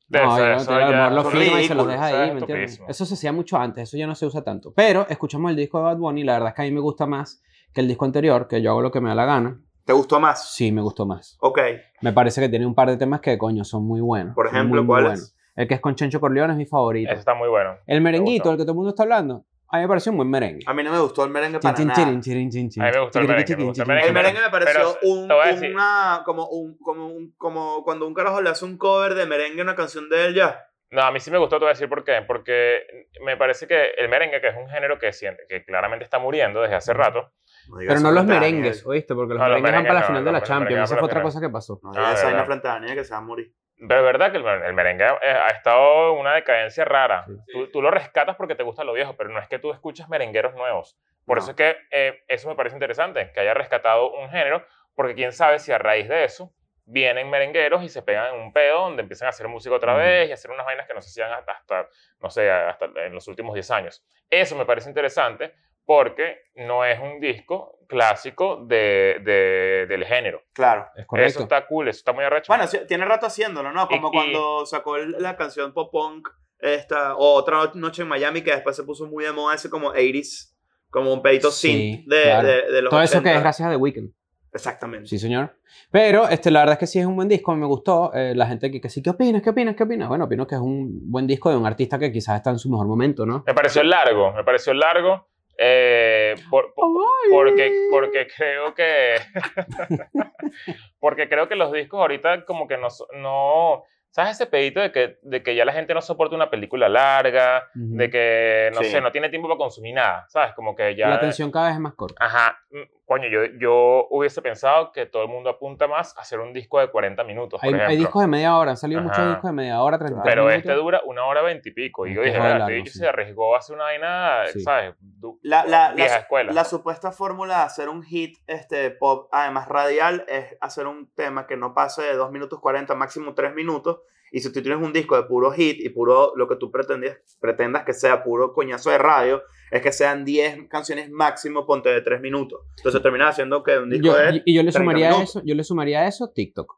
[SPEAKER 2] De
[SPEAKER 4] No,
[SPEAKER 2] eso-
[SPEAKER 4] ya,
[SPEAKER 2] eso
[SPEAKER 4] te- a lo
[SPEAKER 2] ya
[SPEAKER 4] mejor lo
[SPEAKER 2] es
[SPEAKER 4] firma y se
[SPEAKER 2] ridículo,
[SPEAKER 4] los deja
[SPEAKER 2] o sea,
[SPEAKER 4] ahí, ¿me entiendes?
[SPEAKER 2] estupidísimo.
[SPEAKER 4] Eso se hacía mucho antes, eso ya no se usa tanto. Pero escuchamos el disco de Bad Bunny y la verdad es que a mí me gusta más que el disco anterior, que yo hago lo que me da la gana.
[SPEAKER 3] ¿Te gustó más?
[SPEAKER 4] Sí, me gustó más.
[SPEAKER 3] Ok.
[SPEAKER 4] Me parece que tiene un par de temas que, coño, son muy buenos.
[SPEAKER 3] Por
[SPEAKER 4] son
[SPEAKER 3] ejemplo,
[SPEAKER 4] muy, muy
[SPEAKER 3] ¿cuáles?
[SPEAKER 4] buenos. El que es con Chencho Corleone es mi favorito.
[SPEAKER 2] Eso está muy bueno.
[SPEAKER 4] El merenguito,
[SPEAKER 2] Este gustó.
[SPEAKER 4] el que todo el mundo está hablando, a mí me pareció un buen merengue.
[SPEAKER 3] A mí Ah, no me gustó el merengue
[SPEAKER 4] Chin,
[SPEAKER 3] para
[SPEAKER 4] chin,
[SPEAKER 3] nada.
[SPEAKER 4] chirin, chirin, chin, chin.
[SPEAKER 2] A mí me gustó el merengue,
[SPEAKER 4] Chiquitiqui,
[SPEAKER 2] me gustó el
[SPEAKER 4] chiquitiqui,
[SPEAKER 2] merengue.
[SPEAKER 3] El
[SPEAKER 4] chiquitiqui.
[SPEAKER 3] merengue me pareció
[SPEAKER 2] pero,
[SPEAKER 3] un,
[SPEAKER 2] te voy a decir-
[SPEAKER 3] una, como, un, como, un, como cuando un carajo le hace un cover de merengue a una canción de él ya.
[SPEAKER 2] No, a mí sí me gustó, te voy a decir por qué. Porque me parece que el merengue, que es un género que, siente, que claramente está muriendo desde hace rato.
[SPEAKER 4] Pero no los
[SPEAKER 3] eh.
[SPEAKER 4] merengues, ¿oíste? Porque los
[SPEAKER 2] No, los
[SPEAKER 4] merengues van
[SPEAKER 2] merengues
[SPEAKER 4] para la
[SPEAKER 2] no,
[SPEAKER 4] final
[SPEAKER 2] los
[SPEAKER 4] de la
[SPEAKER 2] merengues
[SPEAKER 4] Champions.
[SPEAKER 2] van
[SPEAKER 4] Esa
[SPEAKER 2] para la
[SPEAKER 4] fue otra
[SPEAKER 2] final.
[SPEAKER 4] cosa que pasó.
[SPEAKER 3] No
[SPEAKER 2] Ah,
[SPEAKER 3] digas esa
[SPEAKER 2] verdad.
[SPEAKER 3] vaina frente a Daniel que se va a morir.
[SPEAKER 2] Pero es verdad que el, mer- el merengue ha, ha estado en una decadencia rara.
[SPEAKER 4] Sí.
[SPEAKER 2] Tú, tú lo rescatas porque te gusta lo viejo, pero no es que tú escuchas merengueros nuevos. Por
[SPEAKER 3] No.
[SPEAKER 2] eso es que eh, eso me parece interesante, que haya rescatado un género, porque quién sabe si a raíz de eso vienen merengueros y se pegan en un pedo donde empiezan a hacer música otra
[SPEAKER 4] Mm.
[SPEAKER 2] vez y hacer unas vainas que no se hacían hasta, hasta, no sé, hasta en los últimos 10 años. Eso me parece interesante porque no es un disco clásico de, de- del género.
[SPEAKER 3] Claro.
[SPEAKER 4] Es
[SPEAKER 2] Eso
[SPEAKER 4] correcto.
[SPEAKER 2] está cool, eso está muy arrecho.
[SPEAKER 3] Bueno, sí, tiene rato haciéndolo, ¿no? Como
[SPEAKER 2] Y- y-
[SPEAKER 3] cuando sacó el- la canción pop punk, esta, o otra noche en Miami, que después se puso muy de moda ese como 80s, como un pedito
[SPEAKER 4] Sí,
[SPEAKER 3] synth de,
[SPEAKER 4] claro.
[SPEAKER 3] de- de los
[SPEAKER 4] Todo eso que
[SPEAKER 3] 80.
[SPEAKER 4] es gracias a The Weeknd.
[SPEAKER 3] Exactamente.
[SPEAKER 4] Sí, señor. Pero este, la verdad es que sí es un buen disco, me gustó. Eh, la gente que, que sí, ¿qué opinas? ¿Qué opinas? ¿Qué opinas? Bueno, opino que es un buen disco de un artista que quizás está en su mejor momento, ¿no?
[SPEAKER 2] Me pareció largo, me pareció largo. eh, por- por- porque, porque creo que. porque creo que los discos ahorita, como que no. so- no ¿Sabes ese pedito de que, de que ya la gente no soporta una película larga?
[SPEAKER 4] Ujú.
[SPEAKER 2] De que, no
[SPEAKER 3] Sí.
[SPEAKER 2] sé, no tiene tiempo para consumir nada, ¿sabes? Como que ya.
[SPEAKER 4] La atención cada vez es más corta.
[SPEAKER 2] Ajá. mm, Coño, yo, yo hubiese pensado que todo el mundo apunta más a hacer un disco de 40 minutos, pues, por
[SPEAKER 4] Hay, hay
[SPEAKER 2] ejemplo.
[SPEAKER 4] discos de media hora, han salido muchos
[SPEAKER 2] Ajá.
[SPEAKER 4] discos de media hora, 33
[SPEAKER 2] pero
[SPEAKER 4] minutos.
[SPEAKER 2] este dura una hora veintipico. Y,
[SPEAKER 4] Es
[SPEAKER 2] yo
[SPEAKER 4] que
[SPEAKER 2] dije,
[SPEAKER 4] es muy
[SPEAKER 2] "Verga,
[SPEAKER 4] largo,
[SPEAKER 2] este bicho
[SPEAKER 4] sí.
[SPEAKER 2] se arriesgó a hacer una vaina,
[SPEAKER 4] Sí.
[SPEAKER 2] ¿sabes? Du-
[SPEAKER 3] La, la,
[SPEAKER 2] vieja
[SPEAKER 3] la,
[SPEAKER 2] escuela.
[SPEAKER 3] la supuesta fórmula de hacer un hit este, pop, además radial, es hacer un tema que no pase de 2 minutos 40, máximo 3 minutos. Y si tú tienes un disco de puro hit y puro lo que tú pretendías, pretendas que sea puro coñazo de radio, es que sean 10 canciones máximo, ponte de 3 minutos. Entonces terminas haciendo que un disco
[SPEAKER 4] Yo-
[SPEAKER 3] de.
[SPEAKER 4] y yo le
[SPEAKER 3] 30
[SPEAKER 4] sumaría a
[SPEAKER 3] minutos.
[SPEAKER 4] eso, yo le sumaría a eso TikTok.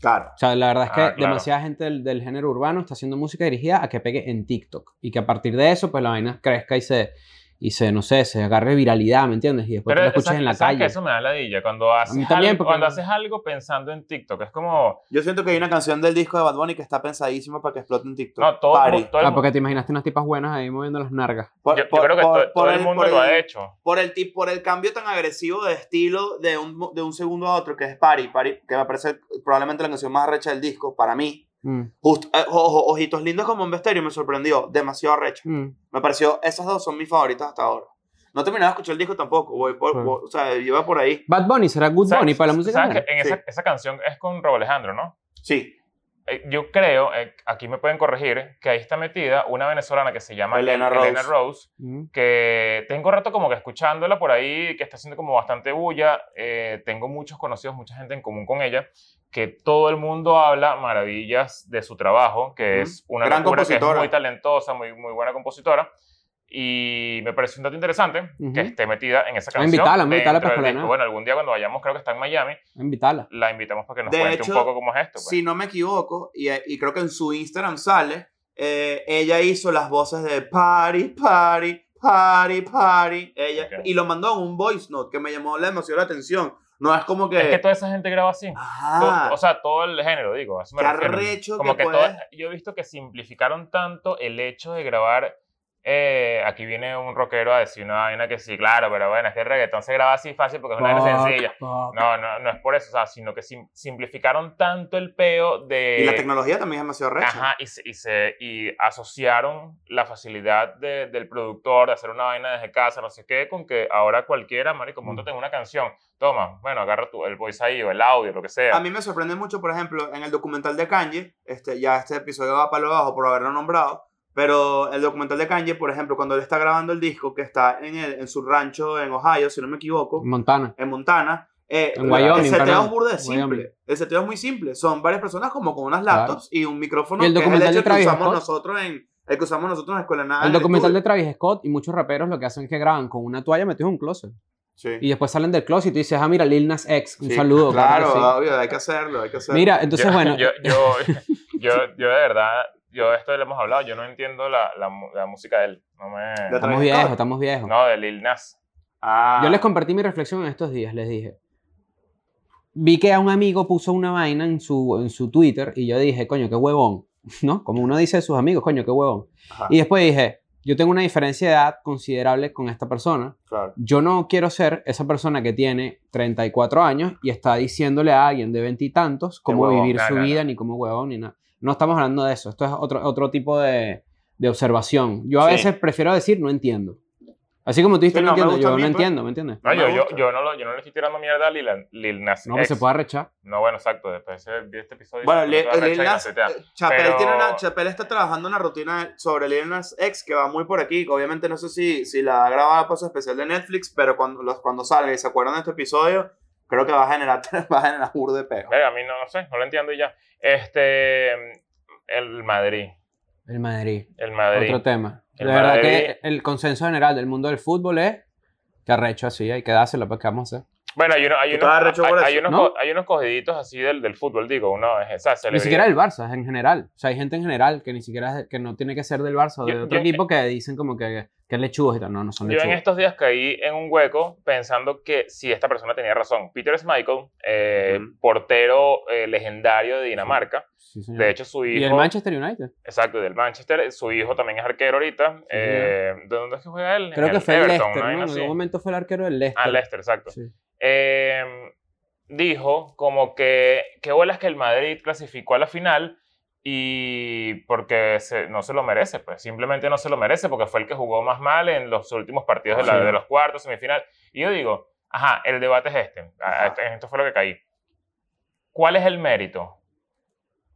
[SPEAKER 3] Claro.
[SPEAKER 4] O sea, la verdad es que
[SPEAKER 2] Ah, claro.
[SPEAKER 4] demasiada gente del, del género urbano está haciendo música dirigida a que pegue en TikTok y que a partir de eso, pues la vaina crezca y se, y se no sé, se agarre viralidad, ¿me entiendes? Y después tú la escuchas
[SPEAKER 2] ¿sabes-
[SPEAKER 4] en la
[SPEAKER 2] sabes
[SPEAKER 4] calle.
[SPEAKER 2] que eso me da ladilla. Cuando haces,
[SPEAKER 4] también,
[SPEAKER 2] algo,
[SPEAKER 4] porque-
[SPEAKER 2] cuando haces algo pensando en TikTok, es como.
[SPEAKER 3] Yo siento que hay una canción del disco de Bad Bunny que está pensadísima para que explote en TikTok.
[SPEAKER 2] No, todo, el
[SPEAKER 3] Party.
[SPEAKER 2] mu- todo el
[SPEAKER 4] Ah,
[SPEAKER 2] mu-
[SPEAKER 4] porque te imaginaste unas tipas buenas ahí moviendo las nargas.
[SPEAKER 3] Por-
[SPEAKER 2] yo, yo
[SPEAKER 3] por-
[SPEAKER 2] creo que
[SPEAKER 3] por-
[SPEAKER 2] to- todo,
[SPEAKER 3] por
[SPEAKER 2] el mundo
[SPEAKER 3] por
[SPEAKER 2] lo
[SPEAKER 3] el-
[SPEAKER 2] ha hecho.
[SPEAKER 3] por el, tip- por el cambio tan agresivo de estilo de un, de un segundo a otro, que es Party, Party, que me parece probablemente la canción más recha del disco, para mí.
[SPEAKER 4] Mm,
[SPEAKER 3] Justo, eh, ojo, Ojitos Lindos como un Besterio me sorprendió, demasiado recha.
[SPEAKER 4] mm.
[SPEAKER 3] Me pareció, esas dos son mis favoritas hasta ahora. No he terminado de escuchar el disco tampoco, voy por,
[SPEAKER 4] Claro.
[SPEAKER 3] voy- o sea, lleva por ahí.
[SPEAKER 4] Bad Bunny será Good
[SPEAKER 2] ¿Sabes-
[SPEAKER 4] Bunny para la música.
[SPEAKER 2] ¿sabes
[SPEAKER 4] buena?
[SPEAKER 2] que en esa, esa canción es con Rob Alejandro, ¿no?
[SPEAKER 3] Sí,
[SPEAKER 2] Eh, Yo creo, eh, aquí me pueden corregir, que ahí está metida una venezolana que se llama
[SPEAKER 3] Elena Rose.
[SPEAKER 2] Rose,
[SPEAKER 4] Mm.
[SPEAKER 2] que tengo rato como que escuchándola por ahí, que está haciendo como bastante bulla. eh, tengo muchos conocidos, mucha gente en común con ella, que todo el mundo habla maravillas de su trabajo, que
[SPEAKER 3] Ujú.
[SPEAKER 2] es una
[SPEAKER 3] Gran
[SPEAKER 2] locura, que es
[SPEAKER 3] compositora.
[SPEAKER 2] muy talentosa, muy, muy buena compositora. Y me pareció un dato interesante
[SPEAKER 4] Ujú.
[SPEAKER 2] que esté metida en esa
[SPEAKER 4] Ah,
[SPEAKER 2] canción.
[SPEAKER 4] invitarla, invitarla
[SPEAKER 2] dentro del
[SPEAKER 4] para que la
[SPEAKER 2] disco.
[SPEAKER 4] vean.
[SPEAKER 2] Bueno, algún día cuando vayamos, creo que está en Miami,
[SPEAKER 4] mm, Invítala.
[SPEAKER 2] la invitamos para que nos
[SPEAKER 3] De
[SPEAKER 2] cuente
[SPEAKER 3] hecho,
[SPEAKER 2] un poco cómo es esto. pues.
[SPEAKER 3] si no me equivoco, y, y creo que en su Instagram sale, eh, ella hizo las voces de Party, Party, Party, Party, ella,
[SPEAKER 2] Ok.
[SPEAKER 3] y lo mandó en un voice note que me llamó la demasiado la atención. No es como que...
[SPEAKER 2] Es que toda esa gente graba así.
[SPEAKER 3] Ajá.
[SPEAKER 2] To- O sea, todo el género, digo. a eso me
[SPEAKER 3] Ah. Qué
[SPEAKER 2] refiero.
[SPEAKER 3] arrecho
[SPEAKER 2] Como
[SPEAKER 3] que
[SPEAKER 2] que
[SPEAKER 3] puedas-
[SPEAKER 2] todo- yo he visto que simplificaron tanto el hecho de grabar. eh, aquí viene un rockero a decir una vaina que sí, claro, pero bueno, es que el reggaetón se graba así fácil porque es una vaina
[SPEAKER 4] Fuck,
[SPEAKER 2] sencilla.
[SPEAKER 4] fuck.
[SPEAKER 2] No, no, no es por eso, o sea, sino que sim- simplificaron tanto el peo de.
[SPEAKER 3] y la tecnología también es demasiado recha.
[SPEAKER 2] eh, Ajá, y, se, y, se- y asociaron la facilidad de- del productor de hacer una vaina desde casa, no sé qué, con que ahora cualquiera, marico, montate en una canción, toma, bueno, agarra tu, el voice ahí o el audio, lo que sea.
[SPEAKER 3] A mí me sorprende mucho, por ejemplo, en el documental de Kanye, este, ya este episodio va para lo bajo por haberlo nombrado, pero el documental de Kanye, por ejemplo, cuando él está grabando el disco, que está en, el- en su rancho en Ohio, si no me equivoco,
[SPEAKER 4] Montana.
[SPEAKER 3] en Montana, eh,
[SPEAKER 4] En Wyoming,
[SPEAKER 3] el seteo
[SPEAKER 4] perdón.
[SPEAKER 3] es burda de simple.
[SPEAKER 4] Wyoming.
[SPEAKER 3] El seteo es muy simple. Son varias personas como con unas
[SPEAKER 4] Claro.
[SPEAKER 3] laptops y un micrófono
[SPEAKER 4] Y el
[SPEAKER 3] que es el
[SPEAKER 4] documental de
[SPEAKER 3] hecho que
[SPEAKER 4] Travis
[SPEAKER 3] usamos
[SPEAKER 4] Scott.
[SPEAKER 3] nosotros en, El que usamos nosotros en la escuela de nada.
[SPEAKER 4] el
[SPEAKER 3] en
[SPEAKER 4] documental de
[SPEAKER 3] estudio.
[SPEAKER 4] Travis Scott y muchos raperos lo que hacen es que graban con una toalla metidos en un closet.
[SPEAKER 3] Sí.
[SPEAKER 4] Y después salen del closet y tú dices, ah, mira, Lil Nas X, un
[SPEAKER 3] Sí,
[SPEAKER 4] saludo.
[SPEAKER 3] Claro, ah,
[SPEAKER 4] que sí.
[SPEAKER 3] obvio, hay que hacerlo, hay que hacerlo.
[SPEAKER 4] Mira, entonces,
[SPEAKER 2] yo,
[SPEAKER 4] bueno,
[SPEAKER 2] Yo, yo, yo, yo de verdad, yo de esto lo hemos hablado, yo no entiendo la, la, mu- la música de él. No me...
[SPEAKER 3] La
[SPEAKER 4] estamos
[SPEAKER 3] Travis
[SPEAKER 4] viejos,
[SPEAKER 3] Scott.
[SPEAKER 4] estamos viejos.
[SPEAKER 2] No, de Lil Nas.
[SPEAKER 3] Ah,
[SPEAKER 4] Yo les compartí mi reflexión en estos días, les dije. Vi que a un amigo puso una vaina en su, en su Twitter y yo dije, coño, qué huevón. ¿No? Como uno dice de sus amigos, coño, qué huevón.
[SPEAKER 3] Ajá,
[SPEAKER 4] Y después dije, yo tengo una diferencia de edad considerable con esta persona.
[SPEAKER 3] claro.
[SPEAKER 4] Yo no quiero ser esa persona que tiene 34 años y está diciéndole a alguien de veintitantos cómo
[SPEAKER 3] huevón,
[SPEAKER 4] vivir
[SPEAKER 2] no,
[SPEAKER 4] su
[SPEAKER 2] no,
[SPEAKER 4] vida, ni cómo huevón, ni nada. No estamos hablando de eso. Esto es otro, otro tipo de, de observación. Yo a
[SPEAKER 3] Sí.
[SPEAKER 4] veces prefiero decir, no entiendo. Así como tú dijiste,
[SPEAKER 3] Sí,
[SPEAKER 4] no,
[SPEAKER 3] no, me
[SPEAKER 4] entiendo,
[SPEAKER 3] gusta
[SPEAKER 4] yo
[SPEAKER 3] a mí,
[SPEAKER 4] no
[SPEAKER 3] pues.
[SPEAKER 4] entiendo, ¿me entiendes?
[SPEAKER 2] No,
[SPEAKER 3] No me
[SPEAKER 2] yo, yo,
[SPEAKER 3] gusta.
[SPEAKER 2] yo, no lo, yo no le estoy tirando mierda a Lil, Lil Nas.
[SPEAKER 4] No, pues se
[SPEAKER 2] X.
[SPEAKER 4] puede arrechar.
[SPEAKER 2] No, bueno, exacto. Después de este- de este episodio.
[SPEAKER 3] Bueno,
[SPEAKER 2] se pone
[SPEAKER 3] Le-
[SPEAKER 2] toda recha y
[SPEAKER 3] Lil
[SPEAKER 2] la
[SPEAKER 3] Nas,
[SPEAKER 2] setea.
[SPEAKER 3] eh, Chapel,
[SPEAKER 2] Pero-
[SPEAKER 3] tiene una- Chapel está trabajando una rutina sobre Lil Nas X que va muy por aquí. que Obviamente no sé si, si la graba para su especial de Netflix, pero cuando, los, cuando sale y se acuerdan de este episodio, creo que va a generar, va a generar burda de peo.
[SPEAKER 2] Verga, a mí no, no sé, no lo entiendo y ya. Este. El Madrid.
[SPEAKER 4] El Madrid,
[SPEAKER 2] El Madrid.
[SPEAKER 4] otro tema.
[SPEAKER 2] El
[SPEAKER 4] la verdad
[SPEAKER 2] Madrid.
[SPEAKER 4] que el consenso general del mundo del fútbol es que arrecho así, hay que dárselo, pues que vamos a hacer.
[SPEAKER 2] Bueno, hay, uno- hay,
[SPEAKER 3] Tú
[SPEAKER 2] unos,
[SPEAKER 3] estabas recho
[SPEAKER 2] hay,
[SPEAKER 3] por
[SPEAKER 2] hay
[SPEAKER 3] eso,
[SPEAKER 2] unos,
[SPEAKER 4] ¿no?
[SPEAKER 2] co- hay unos cogiditos así del, del fútbol, digo. Uno es esa
[SPEAKER 4] Ni siquiera
[SPEAKER 2] celebridad.
[SPEAKER 4] del Barça, es en general. O sea, hay gente en general que ni siquiera es de- que no tiene que ser del Barça o de
[SPEAKER 2] Yo-
[SPEAKER 4] otro
[SPEAKER 2] yo-
[SPEAKER 4] equipo que dicen como que, que es lechuga y tal. No, no son
[SPEAKER 2] Yo en
[SPEAKER 4] lechugas.
[SPEAKER 2] estos días caí en un hueco pensando que si esta persona tenía razón. Peter Schmeichel, eh,
[SPEAKER 3] Ujú.
[SPEAKER 2] portero eh, legendario de Dinamarca.
[SPEAKER 4] Sí, señor.
[SPEAKER 2] De hecho, su hijo.
[SPEAKER 4] y el Manchester United.
[SPEAKER 2] Exacto, del Manchester. Su hijo también es arquero ahorita. Eh, ¿De dónde es que juega él?
[SPEAKER 4] Creo
[SPEAKER 2] En
[SPEAKER 4] que
[SPEAKER 2] el
[SPEAKER 4] fue el
[SPEAKER 2] Everton, una
[SPEAKER 4] Leicester, ¿no? En
[SPEAKER 2] vaina
[SPEAKER 4] algún
[SPEAKER 2] así.
[SPEAKER 4] momento fue el arquero del Leicester.
[SPEAKER 2] Ah, Leicester, exacto.
[SPEAKER 4] Sí.
[SPEAKER 2] eh, dijo como que qué bolas que el Madrid clasificó a la final y porque se- no se lo merece, pues simplemente no se lo merece porque fue el que jugó más mal en los últimos partidos de, la-
[SPEAKER 4] Sí.
[SPEAKER 2] de los cuartos, semifinal. Y yo digo, ajá, el debate es este, Ah, esto- en esto fue lo que caí. ¿Cuál es el mérito?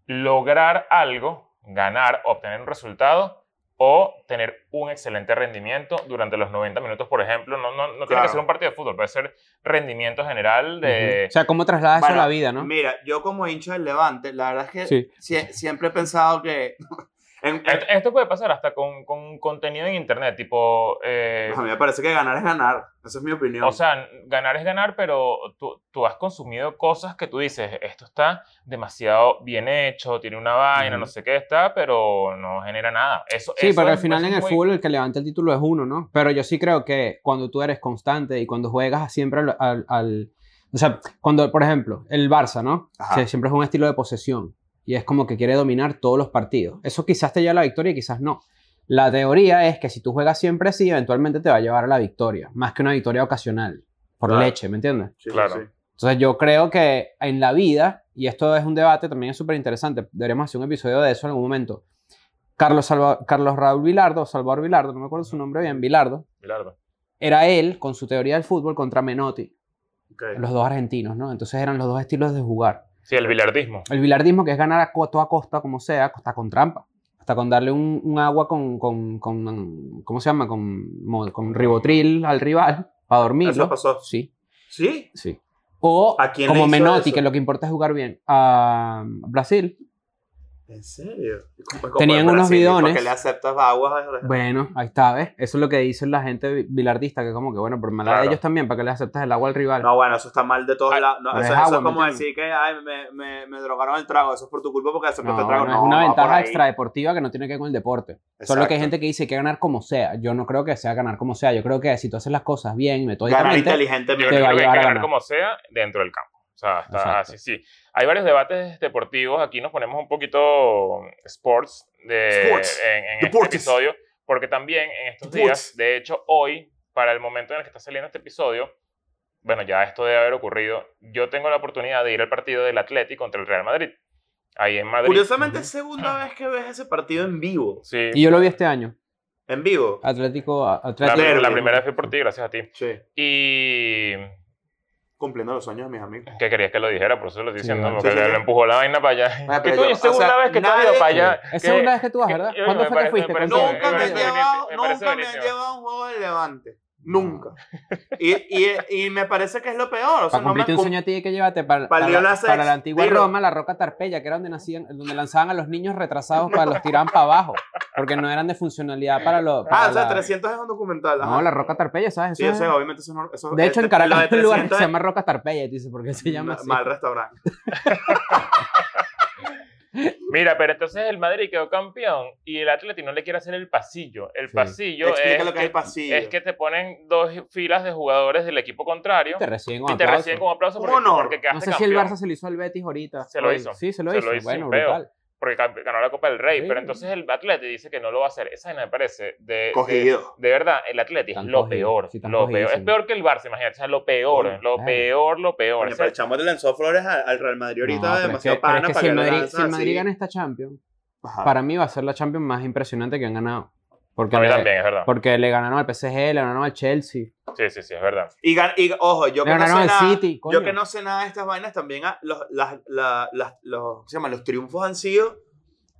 [SPEAKER 2] ¿Lograr algo, ganar, obtener un resultado o tener un excelente rendimiento durante los 90 minutos, por ejemplo? No, no, no tiene
[SPEAKER 3] Claro.
[SPEAKER 2] que ser un partido de fútbol, puede ser rendimiento general
[SPEAKER 4] Ujú.
[SPEAKER 2] de...
[SPEAKER 4] O sea, ¿cómo trasladas eso
[SPEAKER 3] Bueno,
[SPEAKER 4] a la vida, no?
[SPEAKER 3] Mira, yo como hincha del Levante, la verdad es que
[SPEAKER 4] Sí.
[SPEAKER 3] sie- siempre he pensado que... en-
[SPEAKER 2] Esto, esto puede pasar hasta con, con contenido en internet, tipo... eh,
[SPEAKER 3] a mí me parece que ganar es ganar. Esa es mi opinión.
[SPEAKER 2] o sea, ganar es ganar, pero tú, tú has consumido cosas que tú dices, esto está demasiado bien hecho, tiene una vaina,
[SPEAKER 4] Ujú.
[SPEAKER 2] no sé qué está, pero no genera nada. Eso,
[SPEAKER 4] Sí,
[SPEAKER 2] eso
[SPEAKER 4] porque al
[SPEAKER 2] es-
[SPEAKER 4] final
[SPEAKER 2] eso
[SPEAKER 4] en
[SPEAKER 2] es
[SPEAKER 4] el
[SPEAKER 2] muy-
[SPEAKER 4] fútbol el que levanta el título es uno, ¿no? Pero yo sí creo que cuando tú eres constante y cuando juegas siempre al... al- al- o sea, cuando, por ejemplo, el Barça, ¿no?
[SPEAKER 3] Ajá.
[SPEAKER 4] Que siempre es un estilo de posesión y es como que quiere dominar todos los partidos. Eso quizás te lleva a la victoria y quizás no. La teoría es que si tú juegas siempre así, eventualmente te va a llevar a la victoria, más que una victoria ocasional, por
[SPEAKER 3] Claro.
[SPEAKER 4] leche, ¿me entiendes?
[SPEAKER 3] Sí, sí,
[SPEAKER 2] claro.
[SPEAKER 3] sí.
[SPEAKER 4] Entonces yo creo que en la vida, y esto es un debate también súper interesante, deberíamos hacer un episodio de eso en algún momento. Carlos, Salva- Carlos Raúl Vilardo, o Salvador Vilardo, no me acuerdo su nombre bien, Vilardo,
[SPEAKER 2] Bilardo.
[SPEAKER 4] era él con su teoría del fútbol contra Menotti,
[SPEAKER 3] Ok.
[SPEAKER 4] los dos argentinos, ¿no? Entonces eran los dos estilos de jugar.
[SPEAKER 2] Sí, el bilardismo.
[SPEAKER 4] El bilardismo que es ganar a co- toda costa, como sea, hasta con trampa, hasta con darle un, un agua con, con, con- ¿cómo se llama? Con, mo- con ribotril al rival para dormir.
[SPEAKER 3] Eso pasó.
[SPEAKER 4] Sí.
[SPEAKER 3] ¿Sí?
[SPEAKER 4] Sí. O
[SPEAKER 3] ¿A quién le
[SPEAKER 4] como
[SPEAKER 3] hizo
[SPEAKER 4] Menotti,
[SPEAKER 3] eso?
[SPEAKER 4] que lo que importa es jugar bien. A Brasil.
[SPEAKER 3] ¿En serio?
[SPEAKER 4] Tenían unos bidones.
[SPEAKER 3] Porque le aceptas aguas.
[SPEAKER 4] Bueno, ahí está, ¿ves? Eso es lo que dice la gente bi- bilardista, que como que, bueno, por mala de
[SPEAKER 2] Claro.
[SPEAKER 4] ellos también, para que le aceptas el agua al rival.
[SPEAKER 3] No, bueno, eso está mal de todos
[SPEAKER 2] Ah,
[SPEAKER 3] lados. No,
[SPEAKER 4] no
[SPEAKER 3] eso,
[SPEAKER 4] es
[SPEAKER 3] eso
[SPEAKER 4] agua,
[SPEAKER 3] es como
[SPEAKER 4] ¿me
[SPEAKER 3] decir que ay, me, me, me drogaron el trago. Eso es por tu culpa porque aceptaste
[SPEAKER 4] No,
[SPEAKER 3] el trago.
[SPEAKER 4] no,
[SPEAKER 3] No,
[SPEAKER 4] es una
[SPEAKER 3] va por
[SPEAKER 4] ventaja
[SPEAKER 3] ahí.
[SPEAKER 4] extradeportiva que no tiene que ver con el deporte. Solo que hay
[SPEAKER 3] Exacto.
[SPEAKER 4] gente que dice que ganar como sea. Yo no creo que sea ganar como sea. Yo creo que si tú haces las cosas bien,
[SPEAKER 3] Ganar
[SPEAKER 4] metódicamente,
[SPEAKER 2] Yo
[SPEAKER 3] inteligentemente.
[SPEAKER 4] Te
[SPEAKER 2] creo
[SPEAKER 4] va
[SPEAKER 2] que
[SPEAKER 4] a
[SPEAKER 2] hay
[SPEAKER 4] llevar
[SPEAKER 2] que
[SPEAKER 4] a
[SPEAKER 2] ganar
[SPEAKER 4] ganar.
[SPEAKER 2] como sea dentro del campo. O sea, está
[SPEAKER 4] Exacto.
[SPEAKER 2] así, sí. Hay varios debates deportivos. Aquí nos ponemos un poquito sports, de,
[SPEAKER 3] Sports.
[SPEAKER 2] en, en este
[SPEAKER 3] Deportes.
[SPEAKER 2] episodio, porque también en estos
[SPEAKER 3] Deportes.
[SPEAKER 2] días, de hecho, hoy, para el momento en el que está saliendo este episodio, bueno, ya esto debe haber ocurrido, yo tengo la oportunidad de ir al partido del Atlético contra el Real Madrid. Ahí en Madrid.
[SPEAKER 3] Curiosamente,
[SPEAKER 4] Ujú.
[SPEAKER 3] es segunda vez que ves ese partido en vivo.
[SPEAKER 2] Sí.
[SPEAKER 4] y yo lo vi este año.
[SPEAKER 3] ¿En vivo?
[SPEAKER 4] Atlético,
[SPEAKER 2] La,
[SPEAKER 4] Atlético.
[SPEAKER 3] Claro.
[SPEAKER 2] la primera vez fui por ti, gracias a ti.
[SPEAKER 3] Sí.
[SPEAKER 2] Y
[SPEAKER 3] Cumpliendo los sueños de mis amigos.
[SPEAKER 2] que querías que lo dijera, por eso lo estoy
[SPEAKER 4] Sí,
[SPEAKER 2] diciendo,
[SPEAKER 4] sí,
[SPEAKER 2] porque
[SPEAKER 3] sí,
[SPEAKER 2] le
[SPEAKER 3] sí.
[SPEAKER 2] le empujó la vaina para allá.
[SPEAKER 3] Ah,
[SPEAKER 2] Que
[SPEAKER 3] pero
[SPEAKER 2] coño,
[SPEAKER 3] yo- o
[SPEAKER 2] segunda
[SPEAKER 3] sea,
[SPEAKER 2] vez que tú has ido
[SPEAKER 3] nadie-
[SPEAKER 2] para allá.
[SPEAKER 4] Es
[SPEAKER 2] que-
[SPEAKER 4] segunda vez que tú vas,
[SPEAKER 2] que-
[SPEAKER 3] eh,
[SPEAKER 4] ¿verdad?
[SPEAKER 2] yo-
[SPEAKER 4] ¿Cuándo
[SPEAKER 2] me
[SPEAKER 4] fue que
[SPEAKER 2] parece-
[SPEAKER 4] fuiste?
[SPEAKER 2] me parece-
[SPEAKER 4] ¿Cuándo
[SPEAKER 2] No,
[SPEAKER 3] Nunca
[SPEAKER 4] fue?
[SPEAKER 3] me,
[SPEAKER 2] me
[SPEAKER 3] he
[SPEAKER 2] parece
[SPEAKER 3] llevado,
[SPEAKER 2] buenísimo.
[SPEAKER 3] nunca me he llevado a un juego de Levante. Nunca. Y, y- y me parece que es lo peor. O sea,
[SPEAKER 4] Para
[SPEAKER 3] no me
[SPEAKER 4] cumplirte un
[SPEAKER 3] cum-
[SPEAKER 4] sueño a ti hay que llevarte
[SPEAKER 3] Para
[SPEAKER 4] para, para,
[SPEAKER 3] el
[SPEAKER 4] la,
[SPEAKER 3] Leona
[SPEAKER 4] para la
[SPEAKER 3] Sex,
[SPEAKER 4] antigua
[SPEAKER 3] digo.
[SPEAKER 4] Roma, la roca Tarpeya, que era donde nacían, donde lanzaban a los niños retrasados para los tiraban para abajo, porque no eran de funcionalidad para los.
[SPEAKER 3] Ah,
[SPEAKER 4] para
[SPEAKER 3] o sea,
[SPEAKER 4] la-
[SPEAKER 3] 300 es un documental. ajá.
[SPEAKER 4] No, la roca Tarpeya, ¿sabes?
[SPEAKER 3] Sí,
[SPEAKER 4] Eso
[SPEAKER 3] yo
[SPEAKER 4] es-
[SPEAKER 3] sé, obviamente eso no. Eso,
[SPEAKER 4] de hecho,
[SPEAKER 3] eh,
[SPEAKER 4] en
[SPEAKER 3] te- lo
[SPEAKER 4] Caracas
[SPEAKER 3] de
[SPEAKER 4] hay un lugar que
[SPEAKER 3] 300
[SPEAKER 4] se llama Roca Tarpeya, y tú dices, ¿por qué se llama
[SPEAKER 3] Ma-
[SPEAKER 4] así?
[SPEAKER 3] Mal restaurante.
[SPEAKER 2] Mira, pero entonces el Madrid quedó campeón y el Atlético no le quiere hacer el pasillo. El
[SPEAKER 4] Sí.
[SPEAKER 2] pasillo
[SPEAKER 3] Explica
[SPEAKER 2] es,
[SPEAKER 3] lo que es el pasillo.
[SPEAKER 2] es que te ponen dos filas de jugadores del equipo contrario
[SPEAKER 4] Te reciben con
[SPEAKER 2] y te
[SPEAKER 4] aplausos.
[SPEAKER 2] reciben con aplauso
[SPEAKER 3] Un
[SPEAKER 2] porque,
[SPEAKER 3] honor.
[SPEAKER 2] porque
[SPEAKER 4] No
[SPEAKER 2] quedaste
[SPEAKER 4] sé si el
[SPEAKER 2] campeón.
[SPEAKER 4] Barça se lo hizo al Betis ahorita.
[SPEAKER 2] Se lo
[SPEAKER 4] Hoy.
[SPEAKER 2] hizo.
[SPEAKER 4] Sí, se lo
[SPEAKER 2] Se
[SPEAKER 4] hizo.
[SPEAKER 2] lo hizo,
[SPEAKER 4] bueno,
[SPEAKER 2] feo.
[SPEAKER 4] brutal.
[SPEAKER 2] Porque campe- ganó la Copa del Rey.
[SPEAKER 4] Sí.
[SPEAKER 2] Pero entonces el Atleti dice que no lo va a hacer. Esa vaina me parece de, de,
[SPEAKER 3] Cogido.
[SPEAKER 2] de verdad, el Atleti es
[SPEAKER 4] Tan
[SPEAKER 2] lo
[SPEAKER 4] cogido,
[SPEAKER 2] peor.
[SPEAKER 4] sí, tan
[SPEAKER 2] lo peor. Es
[SPEAKER 4] cogidísimo.
[SPEAKER 2] peor que el Barça, imagínate. O sea, lo peor,
[SPEAKER 3] Coño,
[SPEAKER 2] lo
[SPEAKER 4] claro.
[SPEAKER 2] peor, lo peor.
[SPEAKER 3] Coño,
[SPEAKER 2] O sea,
[SPEAKER 3] pero el chamo le lanzó flores al, al Real Madrid ahorita
[SPEAKER 4] No, pero es
[SPEAKER 3] demasiado
[SPEAKER 4] que- pero
[SPEAKER 3] pana
[SPEAKER 4] es que
[SPEAKER 3] para
[SPEAKER 4] si
[SPEAKER 3] que
[SPEAKER 4] el
[SPEAKER 3] le
[SPEAKER 4] Madrid,
[SPEAKER 3] lanzas
[SPEAKER 4] si el Madrid
[SPEAKER 3] así.
[SPEAKER 4] gana esta Champions,
[SPEAKER 3] Ajá.
[SPEAKER 4] para mí va a ser la Champions más impresionante que han ganado. Porque,
[SPEAKER 2] a mí
[SPEAKER 4] le,
[SPEAKER 2] también, es verdad.
[SPEAKER 4] porque le ganaron al PSG, le ganaron al Chelsea,
[SPEAKER 2] Sí, sí, sí, es verdad.
[SPEAKER 3] Y, gan- y ojo, yo
[SPEAKER 4] le
[SPEAKER 3] que, no
[SPEAKER 4] ganaron
[SPEAKER 3] sé
[SPEAKER 4] al
[SPEAKER 3] nada,
[SPEAKER 4] City. Coño.
[SPEAKER 3] yo que no sé nada de estas vainas, también ah, los, las, la- las- los, ¿cómo se llama? los triunfos han sido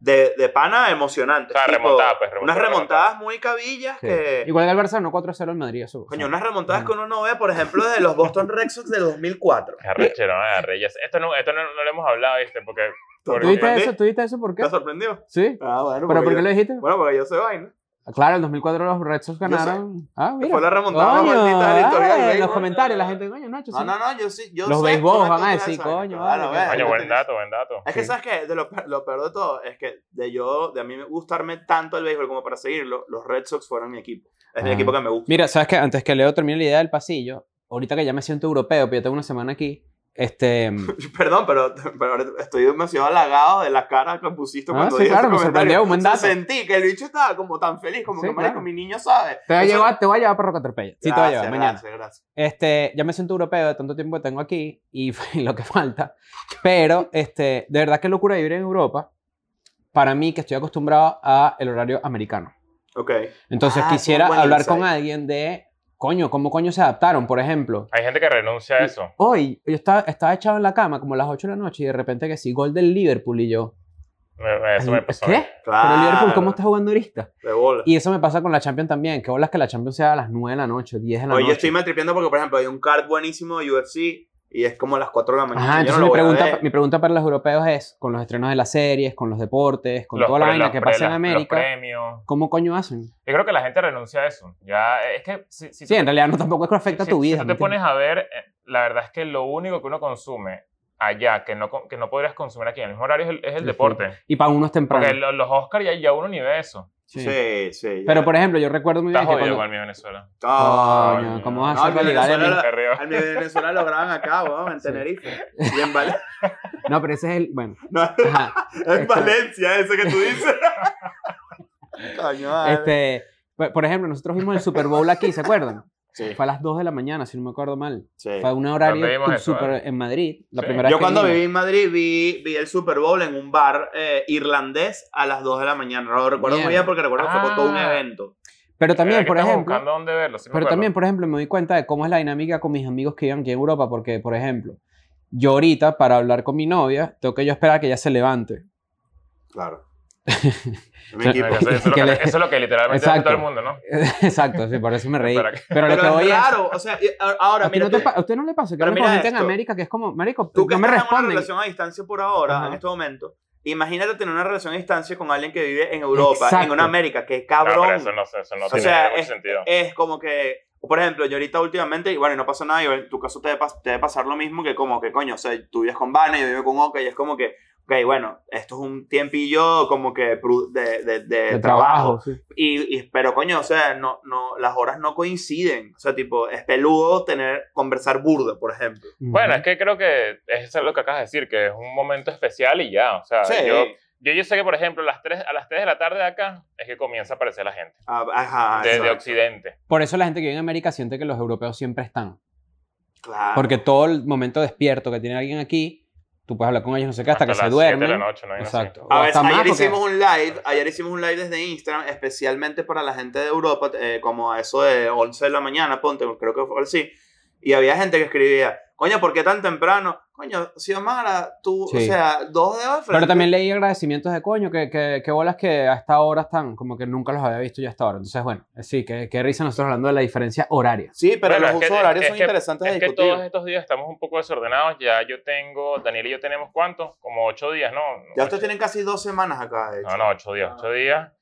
[SPEAKER 3] de, de pana emocionantes.
[SPEAKER 2] O sea,
[SPEAKER 3] tipo,
[SPEAKER 2] remontada, pues, remontada,
[SPEAKER 3] Unas remontadas muy cabillas
[SPEAKER 4] Sí.
[SPEAKER 3] que.
[SPEAKER 4] Igual que el Barça no 4-0 al Madrid. Eso,
[SPEAKER 3] Coño, unas remontadas que uno no ve, por ejemplo, de los Boston Red Sox del 2004.
[SPEAKER 2] Es arrechero, ¿no? Es arrechero. Esto, no, esto no, no lo hemos hablado, ¿viste? Porque
[SPEAKER 4] ¿Tú
[SPEAKER 2] Porque-
[SPEAKER 4] viste
[SPEAKER 3] sorprendí?
[SPEAKER 4] eso? ¿Tú viste eso por qué?
[SPEAKER 3] ¿Te sorprendió?
[SPEAKER 4] Sí.
[SPEAKER 3] Ah, bueno.
[SPEAKER 4] ¿Pero por qué
[SPEAKER 3] yo-
[SPEAKER 4] lo dijiste?
[SPEAKER 3] Bueno, porque yo soy vaina.
[SPEAKER 4] Claro, en 2004 los Red Sox
[SPEAKER 3] Yo
[SPEAKER 4] ganaron. Ah, mira.
[SPEAKER 3] Fue la remontada más
[SPEAKER 4] Coño,
[SPEAKER 3] bonita de la historia del
[SPEAKER 4] ay,
[SPEAKER 3] béisbol.
[SPEAKER 4] los comentarios, la gente, coño, Nacho.
[SPEAKER 3] No,
[SPEAKER 4] sí.
[SPEAKER 3] no, no, yo sí. Yo
[SPEAKER 4] Los
[SPEAKER 3] sé
[SPEAKER 4] beisbol
[SPEAKER 3] una
[SPEAKER 4] van a
[SPEAKER 3] que otra
[SPEAKER 4] decir,
[SPEAKER 3] vaina,
[SPEAKER 4] coño,
[SPEAKER 3] claro,
[SPEAKER 4] vale,
[SPEAKER 3] ve,
[SPEAKER 4] coño,
[SPEAKER 2] Coño,
[SPEAKER 3] yo
[SPEAKER 2] buen
[SPEAKER 3] tenía-
[SPEAKER 2] dato, buen dato.
[SPEAKER 3] Es que,
[SPEAKER 4] Sí.
[SPEAKER 3] ¿sabes qué? De lo, pe- lo peor de todo es que de yo, de a mí me gustarme tanto el béisbol como para seguirlo, los Red Sox fueron mi equipo. Es mi
[SPEAKER 4] Ah.
[SPEAKER 3] equipo que me gusta.
[SPEAKER 4] Mira, sabes que antes que Leo termine la idea del pasillo, ahorita que ya me siento europeo, pero yo tengo una semana aquí, este.
[SPEAKER 3] Perdón, pero, pero ahora estoy demasiado halagado de la cara que pusiste
[SPEAKER 4] Ah,
[SPEAKER 3] cuando
[SPEAKER 4] sí,
[SPEAKER 3] dije
[SPEAKER 4] claro,
[SPEAKER 3] ese
[SPEAKER 4] me
[SPEAKER 3] comentario.
[SPEAKER 4] sorprendió, un buen
[SPEAKER 3] O sea,
[SPEAKER 4] dato.
[SPEAKER 3] sentí que el bicho estaba como tan feliz, como
[SPEAKER 4] Sí,
[SPEAKER 3] que, marico,
[SPEAKER 4] claro.
[SPEAKER 3] mi niño sabe.
[SPEAKER 4] Te voy, a
[SPEAKER 3] Eso-
[SPEAKER 4] llevar, te voy a llevar para Rocaterpella. Sí, te voy a llevar
[SPEAKER 3] Gracias,
[SPEAKER 4] mañana.
[SPEAKER 3] Gracias, gracias.
[SPEAKER 4] Este, ya me siento europeo de tanto tiempo que tengo aquí y, y lo que falta. Pero, este, de verdad, qué locura vivir en Europa. Para mí, que estoy acostumbrado a el horario americano.
[SPEAKER 3] Ok.
[SPEAKER 4] Entonces,
[SPEAKER 3] Ah, es un
[SPEAKER 4] quisiera
[SPEAKER 3] buen
[SPEAKER 4] hablar con
[SPEAKER 3] insight.
[SPEAKER 4] alguien de, coño, ¿cómo coño se adaptaron? Por ejemplo,
[SPEAKER 2] Hay gente que renuncia a
[SPEAKER 4] Y
[SPEAKER 2] eso.
[SPEAKER 4] Hoy yo estaba, estaba echado en la cama como a las 8 de la noche y de repente que sí, gol del Liverpool y yo.
[SPEAKER 2] Me- me- Eso me pasó.
[SPEAKER 4] ¿Qué?
[SPEAKER 3] Claro.
[SPEAKER 4] Pero Liverpool, ¿cómo está jugando ahorita?
[SPEAKER 3] De bola.
[SPEAKER 4] Y eso me pasa con la Champions también. Que bolas que la Champions sea a las 9 de la noche, 10 de la
[SPEAKER 3] Oye, yo
[SPEAKER 4] noche.
[SPEAKER 3] estoy me tripeando porque, por ejemplo, hay un card buenísimo de UFC y es como a las 4 de la mañana.
[SPEAKER 4] Ajá,
[SPEAKER 3] Yo
[SPEAKER 4] Ah, entonces
[SPEAKER 3] no
[SPEAKER 4] mi,
[SPEAKER 3] lo voy a
[SPEAKER 4] pregunta,
[SPEAKER 3] ver.
[SPEAKER 4] mi pregunta para los europeos es, con los estrenos de las series, con los deportes, con
[SPEAKER 2] Los
[SPEAKER 4] toda la
[SPEAKER 2] pre-
[SPEAKER 4] vaina
[SPEAKER 2] los
[SPEAKER 4] que
[SPEAKER 2] pre-
[SPEAKER 4] pasa
[SPEAKER 2] las-
[SPEAKER 4] en
[SPEAKER 2] los
[SPEAKER 4] América,
[SPEAKER 2] premios.
[SPEAKER 4] ¿cómo coño hacen?
[SPEAKER 2] Yo creo que la gente renuncia a eso. Ya, eh, es que si, si
[SPEAKER 4] Sí,
[SPEAKER 2] tú-
[SPEAKER 4] en realidad no tampoco es que afecta
[SPEAKER 2] si-
[SPEAKER 4] tu vida.
[SPEAKER 2] Si tú
[SPEAKER 4] ¿me
[SPEAKER 2] te
[SPEAKER 4] entiendes?
[SPEAKER 2] pones a ver, eh, la verdad es que lo único que uno consume allá, que no, con- que no podrías consumir aquí en el mismo horario, es el, es el
[SPEAKER 4] El
[SPEAKER 2] deporte.
[SPEAKER 4] Y para uno es temprano.
[SPEAKER 2] Porque lo- los Oscars ya, ya uno ni ve eso.
[SPEAKER 4] Sí.
[SPEAKER 3] Sí, sí.
[SPEAKER 4] Pero, por ejemplo, yo recuerdo muy
[SPEAKER 2] Está
[SPEAKER 4] bien que
[SPEAKER 2] jodido
[SPEAKER 4] cuando...
[SPEAKER 2] con mi Venezuela.
[SPEAKER 3] Coño.
[SPEAKER 4] Coño, ¿cómo vas a
[SPEAKER 3] No,
[SPEAKER 4] hacer
[SPEAKER 3] pero
[SPEAKER 4] validar el-
[SPEAKER 3] Venezuela-
[SPEAKER 2] Qué río.
[SPEAKER 3] Al nivel de Venezuela lo graban acá, weón, en
[SPEAKER 4] Sí.
[SPEAKER 3] Tenerife. Y en, Val-
[SPEAKER 4] No, pero ese es el... Bueno,
[SPEAKER 3] no,
[SPEAKER 4] ajá.
[SPEAKER 3] en Valencia, eso que tú dices. Coño, vale.
[SPEAKER 4] Este, por por ejemplo, nosotros vimos el Super Bowl aquí, ¿se acuerdan?
[SPEAKER 3] Sí,
[SPEAKER 4] Fue a las 2 de la mañana, si no me acuerdo mal.
[SPEAKER 3] sí.
[SPEAKER 4] Fue a un horario
[SPEAKER 2] También vimos eso,
[SPEAKER 4] super en Madrid, la
[SPEAKER 2] Sí.
[SPEAKER 4] primera vez
[SPEAKER 3] Yo
[SPEAKER 4] que
[SPEAKER 3] cuando
[SPEAKER 4] vimos.
[SPEAKER 3] viví en Madrid vi, vi el Super Bowl en un bar eh, irlandés a las 2 de la mañana. Lo recuerdo muy
[SPEAKER 4] Mierda.
[SPEAKER 3] bien porque recuerdo que fue
[SPEAKER 2] Ah.
[SPEAKER 3] con todo un evento.
[SPEAKER 4] Pero
[SPEAKER 2] Era
[SPEAKER 4] también,
[SPEAKER 2] Eh, que
[SPEAKER 4] por
[SPEAKER 2] estamos
[SPEAKER 4] ejemplo,
[SPEAKER 2] buscando dónde verlo, sí me
[SPEAKER 4] pero
[SPEAKER 2] acuerdo.
[SPEAKER 4] también, por ejemplo, me doy cuenta de cómo es la dinámica con mis amigos que viven aquí en Europa, porque, por ejemplo, yo ahorita, para hablar con mi novia, tengo que yo esperar que ella se levante.
[SPEAKER 3] Claro. Mi
[SPEAKER 4] Sí.
[SPEAKER 2] Eso,
[SPEAKER 3] equipo.
[SPEAKER 2] eso es lo
[SPEAKER 4] Que
[SPEAKER 2] que,
[SPEAKER 4] le-
[SPEAKER 2] eso es lo que literalmente hace
[SPEAKER 4] Exacto.
[SPEAKER 2] todo
[SPEAKER 4] Eh,
[SPEAKER 2] el mundo, ¿no?
[SPEAKER 4] Exacto, sí, por eso me reí.
[SPEAKER 2] Espera que-
[SPEAKER 4] Pero lo
[SPEAKER 3] Pero
[SPEAKER 4] que
[SPEAKER 3] es
[SPEAKER 4] voy es...
[SPEAKER 3] raro, o sea, y a- ahora,
[SPEAKER 4] ¿A, ti
[SPEAKER 3] mira,
[SPEAKER 4] no te
[SPEAKER 3] tú-
[SPEAKER 4] pa- a usted no le pasa que
[SPEAKER 3] Pero
[SPEAKER 4] hablas con
[SPEAKER 3] mira
[SPEAKER 4] gente en
[SPEAKER 3] esto.
[SPEAKER 4] América que es como, marico,
[SPEAKER 3] tú que
[SPEAKER 4] no me
[SPEAKER 3] estás en una
[SPEAKER 4] responden.
[SPEAKER 3] relación a distancia por ahora,
[SPEAKER 4] Ajá.
[SPEAKER 3] en este momento, imagínate tener una relación a distancia con alguien que vive en Europa, en
[SPEAKER 4] Exacto.
[SPEAKER 3] una América, que
[SPEAKER 2] No,
[SPEAKER 3] cabrón.
[SPEAKER 2] Ah, pero eso no, eso no
[SPEAKER 3] O
[SPEAKER 2] tiene
[SPEAKER 3] sea,
[SPEAKER 2] mucho sentido.
[SPEAKER 3] Es eh, como que, por ejemplo, yo ahorita últimamente, y bueno, y no pasa nada, y en tu caso te debe, pas- te debe pasar lo mismo que como que, coño, o sea, tú vives con Vane, yo vivo con Oka, y es como que, ok, bueno, esto es un tiempillo como que pru- de, de, de
[SPEAKER 4] De
[SPEAKER 3] trabajo.
[SPEAKER 4] trabajo, sí.
[SPEAKER 3] Y, y- pero coño, o sea, no, no, las horas no coinciden. O sea, tipo, es peludo tener, conversar burdo, por ejemplo.
[SPEAKER 2] Bueno, es que creo que eso es lo que acabas de decir, que es un momento especial y ya. O sea, Ah, yo, yo, yo sé que, por ejemplo, las tres a las 3 de la tarde de acá es que comienza a aparecer la gente
[SPEAKER 3] Ah, Ajá,
[SPEAKER 2] desde
[SPEAKER 3] exacto.
[SPEAKER 2] Occidente.
[SPEAKER 4] Por eso la gente que vive en América siente que los europeos siempre están.
[SPEAKER 3] Claro.
[SPEAKER 4] Porque todo el momento despierto que tiene alguien aquí, tú puedes hablar con ellos, no sé qué, hasta, que se
[SPEAKER 2] las 7
[SPEAKER 4] duermen.
[SPEAKER 2] de la noche, ¿no? Hay
[SPEAKER 4] Exacto.
[SPEAKER 3] A
[SPEAKER 4] O
[SPEAKER 3] ver,
[SPEAKER 4] hasta
[SPEAKER 3] ayer
[SPEAKER 4] más, porque-
[SPEAKER 3] hicimos un live, ayer hicimos un live desde Instagram, especialmente para la gente de Europa, eh, como a eso de 11 de la mañana, ponte, creo que fue así, y había gente que escribía, Coño, ¿por qué tan temprano? Coño, Xiomara, tú, o
[SPEAKER 4] Sí.
[SPEAKER 3] sea, dos dedos de frente.
[SPEAKER 4] Pero también leí agradecimientos de coño, que, que, que bolas que a esta hora están, como que nunca los había visto yo hasta ahora. Entonces, bueno, eh, sí, que, que risa nosotros hablando de la diferencia horaria.
[SPEAKER 3] Sí, pero
[SPEAKER 2] Bueno,
[SPEAKER 3] los
[SPEAKER 2] es que-
[SPEAKER 3] usos horarios
[SPEAKER 2] es
[SPEAKER 3] son
[SPEAKER 2] que-
[SPEAKER 3] interesantes de
[SPEAKER 2] Es que
[SPEAKER 3] discutir.
[SPEAKER 2] todos estos días estamos un poco desordenados. Ya yo tengo, Daniel y yo tenemos cuántos? Como ocho días, ¿no?
[SPEAKER 3] Ya ustedes tienen casi dos semanas acá, de hecho.
[SPEAKER 2] No, no, ocho días, ocho días.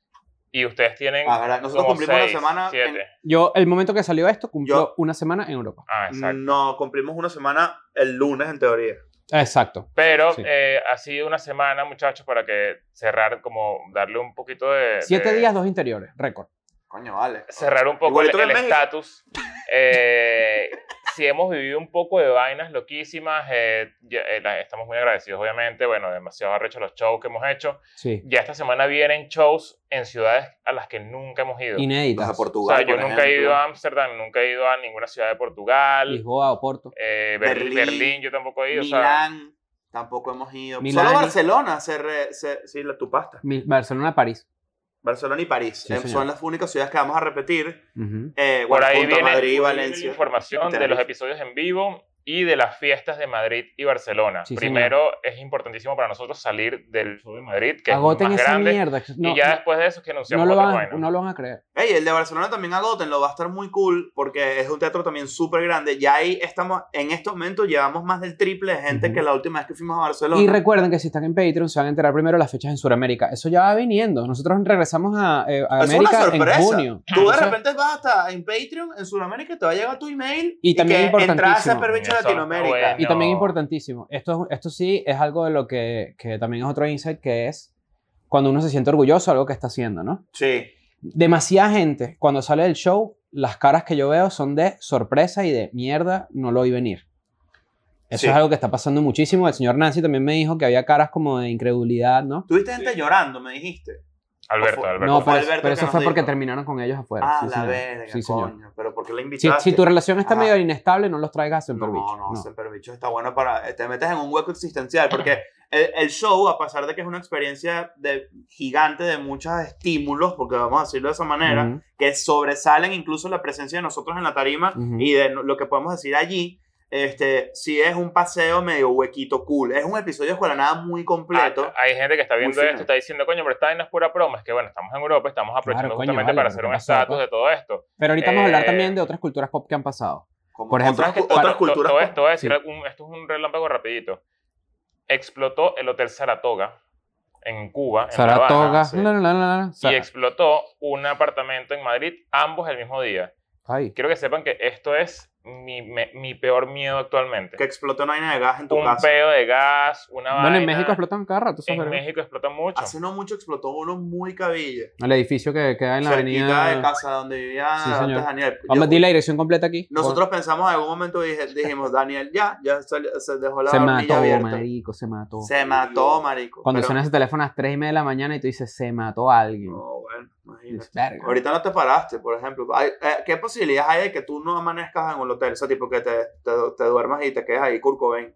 [SPEAKER 2] Y ustedes tienen.
[SPEAKER 3] Ah, ¿verdad? Nosotros
[SPEAKER 2] como
[SPEAKER 3] cumplimos una
[SPEAKER 2] seis,
[SPEAKER 3] semana en-
[SPEAKER 2] Siete.
[SPEAKER 4] Yo, el momento que salió esto, cumplió
[SPEAKER 3] Yo-
[SPEAKER 4] una semana en Europa.
[SPEAKER 2] Ah, exacto.
[SPEAKER 3] No, cumplimos una semana el lunes, en teoría.
[SPEAKER 4] Exacto.
[SPEAKER 2] Pero
[SPEAKER 4] Sí.
[SPEAKER 2] eh, ha sido una semana, muchachos, para que cerrar, como darle un poquito de.
[SPEAKER 4] Siete
[SPEAKER 2] de-
[SPEAKER 4] días, dos interiores, récord.
[SPEAKER 3] Coño, vale.
[SPEAKER 2] cerrar un poco
[SPEAKER 3] Igualito
[SPEAKER 2] el-
[SPEAKER 3] que
[SPEAKER 2] el
[SPEAKER 3] en México.
[SPEAKER 2] estatus. eh, si hemos vivido un poco de vainas loquísimas, eh, ya, eh, la- estamos muy agradecidos, obviamente. Bueno, demasiado arrecho los shows que hemos hecho.
[SPEAKER 4] Sí.
[SPEAKER 2] Ya esta semana vienen shows en ciudades a las que nunca hemos ido.
[SPEAKER 4] Inéditas.
[SPEAKER 3] Vas a
[SPEAKER 2] O sea,
[SPEAKER 3] Portugal,
[SPEAKER 2] yo
[SPEAKER 3] por
[SPEAKER 2] nunca he
[SPEAKER 3] ejemplo.
[SPEAKER 2] ido a Ámsterdam, nunca he ido a ninguna ciudad de Portugal.
[SPEAKER 4] Lisboa o Porto.
[SPEAKER 2] eh, Berl-
[SPEAKER 3] Berlín.
[SPEAKER 2] Berlín, yo tampoco he ido. o sea,
[SPEAKER 3] Milán, tampoco hemos ido.
[SPEAKER 4] Milán y-
[SPEAKER 3] Solo Barcelona se, re- se- sí, la- tu pasta.
[SPEAKER 4] Mi- Barcelona, París.
[SPEAKER 3] Barcelona y París.
[SPEAKER 4] Sí,
[SPEAKER 3] eh,
[SPEAKER 4] señor.
[SPEAKER 3] son las únicas ciudades que vamos a repetir.
[SPEAKER 4] Ujú.
[SPEAKER 3] Eh,
[SPEAKER 2] por
[SPEAKER 3] bueno,
[SPEAKER 2] ahí
[SPEAKER 3] junto a
[SPEAKER 2] viene,
[SPEAKER 3] Madrid y
[SPEAKER 2] por ahí viene
[SPEAKER 3] Valencia.
[SPEAKER 2] información de los
[SPEAKER 3] Tenerife.
[SPEAKER 2] episodios en vivo y de las fiestas de Madrid y Barcelona.
[SPEAKER 4] Sí,
[SPEAKER 2] Primero, es importantísimo para nosotros salir del sur de Madrid, que
[SPEAKER 4] Agoten
[SPEAKER 2] es más
[SPEAKER 4] esa
[SPEAKER 2] grande.
[SPEAKER 4] mierda. que- No,
[SPEAKER 2] y ya después de eso es que anunciamos
[SPEAKER 4] no, lo
[SPEAKER 2] otras
[SPEAKER 4] van,
[SPEAKER 2] vainas.
[SPEAKER 4] no lo van a creer.
[SPEAKER 3] Ey, el de Barcelona también agótenlo, va a estar muy cool porque es un teatro también súper grande. Ya ahí estamos, en estos momentos llevamos más del triple de gente
[SPEAKER 4] Ujú.
[SPEAKER 3] que la última vez que fuimos a Barcelona.
[SPEAKER 4] Y recuerden que si están en Patreon se van a enterar primero las fechas en Sudamérica. Eso ya va viniendo. Nosotros regresamos a, eh, a
[SPEAKER 3] Es una
[SPEAKER 4] América en
[SPEAKER 3] sorpresa.
[SPEAKER 4] junio.
[SPEAKER 3] Tú de
[SPEAKER 4] Entonces,
[SPEAKER 3] repente vas hasta en Patreon, en Sudamérica, te va a llegar tu email
[SPEAKER 4] Y también
[SPEAKER 3] que entras a
[SPEAKER 4] importantísimo.
[SPEAKER 3] Perbicho
[SPEAKER 2] Eso,
[SPEAKER 3] Latinoamérica.
[SPEAKER 2] bueno.
[SPEAKER 4] Y también
[SPEAKER 2] No.
[SPEAKER 4] importantísimo, esto, es- esto sí es algo de lo que, que también es otro insight que es cuando uno se siente orgulloso de algo que está haciendo, ¿no?
[SPEAKER 3] Sí.
[SPEAKER 4] Demasiada gente, cuando sale del show, las caras que yo veo son de sorpresa y de mierda, no lo vi venir. Eso
[SPEAKER 3] Sí.
[SPEAKER 4] es algo que está pasando muchísimo. El señor Nancy también me dijo que había caras como de incredulidad, ¿no?
[SPEAKER 3] Tuviste gente llorando, me dijiste.
[SPEAKER 2] Alberto,
[SPEAKER 3] Ojo.
[SPEAKER 2] Alberto.
[SPEAKER 4] No,
[SPEAKER 3] fue
[SPEAKER 4] pero,
[SPEAKER 3] Alberto que
[SPEAKER 4] pero eso
[SPEAKER 3] nos
[SPEAKER 4] fue porque
[SPEAKER 3] dijo.
[SPEAKER 4] terminaron con ellos afuera.
[SPEAKER 3] Ah,
[SPEAKER 4] sí,
[SPEAKER 3] la
[SPEAKER 4] señor.
[SPEAKER 3] verga,
[SPEAKER 4] Sí, señor.
[SPEAKER 3] coño. Pero ¿por qué la
[SPEAKER 4] Si,
[SPEAKER 3] invitaste?
[SPEAKER 4] si tu relación está
[SPEAKER 3] Ajá.
[SPEAKER 4] medio inestable, no los traigas a hacer
[SPEAKER 3] no,
[SPEAKER 4] por bicho,
[SPEAKER 3] no,
[SPEAKER 4] no.
[SPEAKER 3] Semper Bicho está bueno para... Te metes en un hueco existencial porque el, el show, a pesar de que es una experiencia de, gigante de muchos estímulos, porque vamos a decirlo de esa manera,
[SPEAKER 4] Ujú.
[SPEAKER 3] que sobresalen incluso la presencia de nosotros en la tarima
[SPEAKER 4] Ujú.
[SPEAKER 3] y de lo que podemos decir allí, este, sí es un paseo medio huequito cool. Es un episodio de Escuela Nada muy completo.
[SPEAKER 2] Ah, Hay gente que está
[SPEAKER 3] Muy
[SPEAKER 2] viendo
[SPEAKER 3] fino.
[SPEAKER 2] esto y está diciendo, coño, pero esta vaina es pura broma. Es que, bueno, estamos en Europa, estamos aprovechando
[SPEAKER 4] Claro, coño,
[SPEAKER 2] justamente
[SPEAKER 4] vale,
[SPEAKER 2] para
[SPEAKER 4] pero
[SPEAKER 2] hacer
[SPEAKER 4] ¿qué
[SPEAKER 2] un
[SPEAKER 4] pasó,
[SPEAKER 2] estatus
[SPEAKER 4] pues?
[SPEAKER 2] de todo esto.
[SPEAKER 4] Pero ahorita vamos a hablar
[SPEAKER 2] Eh,
[SPEAKER 4] también de otras culturas pop que han pasado.
[SPEAKER 3] Como
[SPEAKER 4] por ejemplo,
[SPEAKER 3] otras, cu-
[SPEAKER 2] Esto-
[SPEAKER 3] otras
[SPEAKER 2] to-
[SPEAKER 3] culturas...
[SPEAKER 2] Todo esto voy a decir
[SPEAKER 4] Sí.
[SPEAKER 2] algún- esto es un relámpago rapidito. Explotó el Hotel Saratoga en Cuba, en La Habana,
[SPEAKER 4] Saratoga.
[SPEAKER 3] sí.
[SPEAKER 4] la, la, la, la, la,
[SPEAKER 2] y
[SPEAKER 4] Sara-
[SPEAKER 2] explotó un apartamento en Madrid, ambos el mismo día.
[SPEAKER 4] Ay.
[SPEAKER 2] Quiero que sepan que esto es mi, me- mi peor miedo actualmente.
[SPEAKER 3] que explotó una vaina de gas en tu
[SPEAKER 2] Un
[SPEAKER 3] casa.
[SPEAKER 2] peo de gas, una
[SPEAKER 4] Bueno, en
[SPEAKER 2] vaina.
[SPEAKER 4] México explotan cada rato. esas
[SPEAKER 2] En
[SPEAKER 4] vergas.
[SPEAKER 2] México explotó mucho.
[SPEAKER 3] Hace no mucho explotó uno muy cabilla.
[SPEAKER 4] El edificio que queda en la
[SPEAKER 3] cerquita de
[SPEAKER 4] avenida.
[SPEAKER 3] casa donde vivía
[SPEAKER 4] Sí,
[SPEAKER 3] antes
[SPEAKER 4] señor.
[SPEAKER 3] Daniel. Yo-
[SPEAKER 4] Vamos a di la dirección completa aquí.
[SPEAKER 3] nosotros pensamos en algún momento dije- dijimos, Daniel, ya, ya salió- se dejó la
[SPEAKER 4] se mató,
[SPEAKER 3] hornilla abierta.
[SPEAKER 4] marico, se mató.
[SPEAKER 3] Se mató, marico.
[SPEAKER 4] Cuando
[SPEAKER 3] Pero-
[SPEAKER 4] suena ese teléfono a las 3 y media de la mañana y tú dices, se mató a alguien.
[SPEAKER 3] No, bueno, imagínate.
[SPEAKER 4] Dices, "Verga".
[SPEAKER 3] Ahorita no te paraste, por ejemplo. Hay- eh, ¿Qué posibilidades hay de que tú no amanezcas en un hotel? O sea, tipo que te, te, te duermas y te quedes ahí, Curcobain.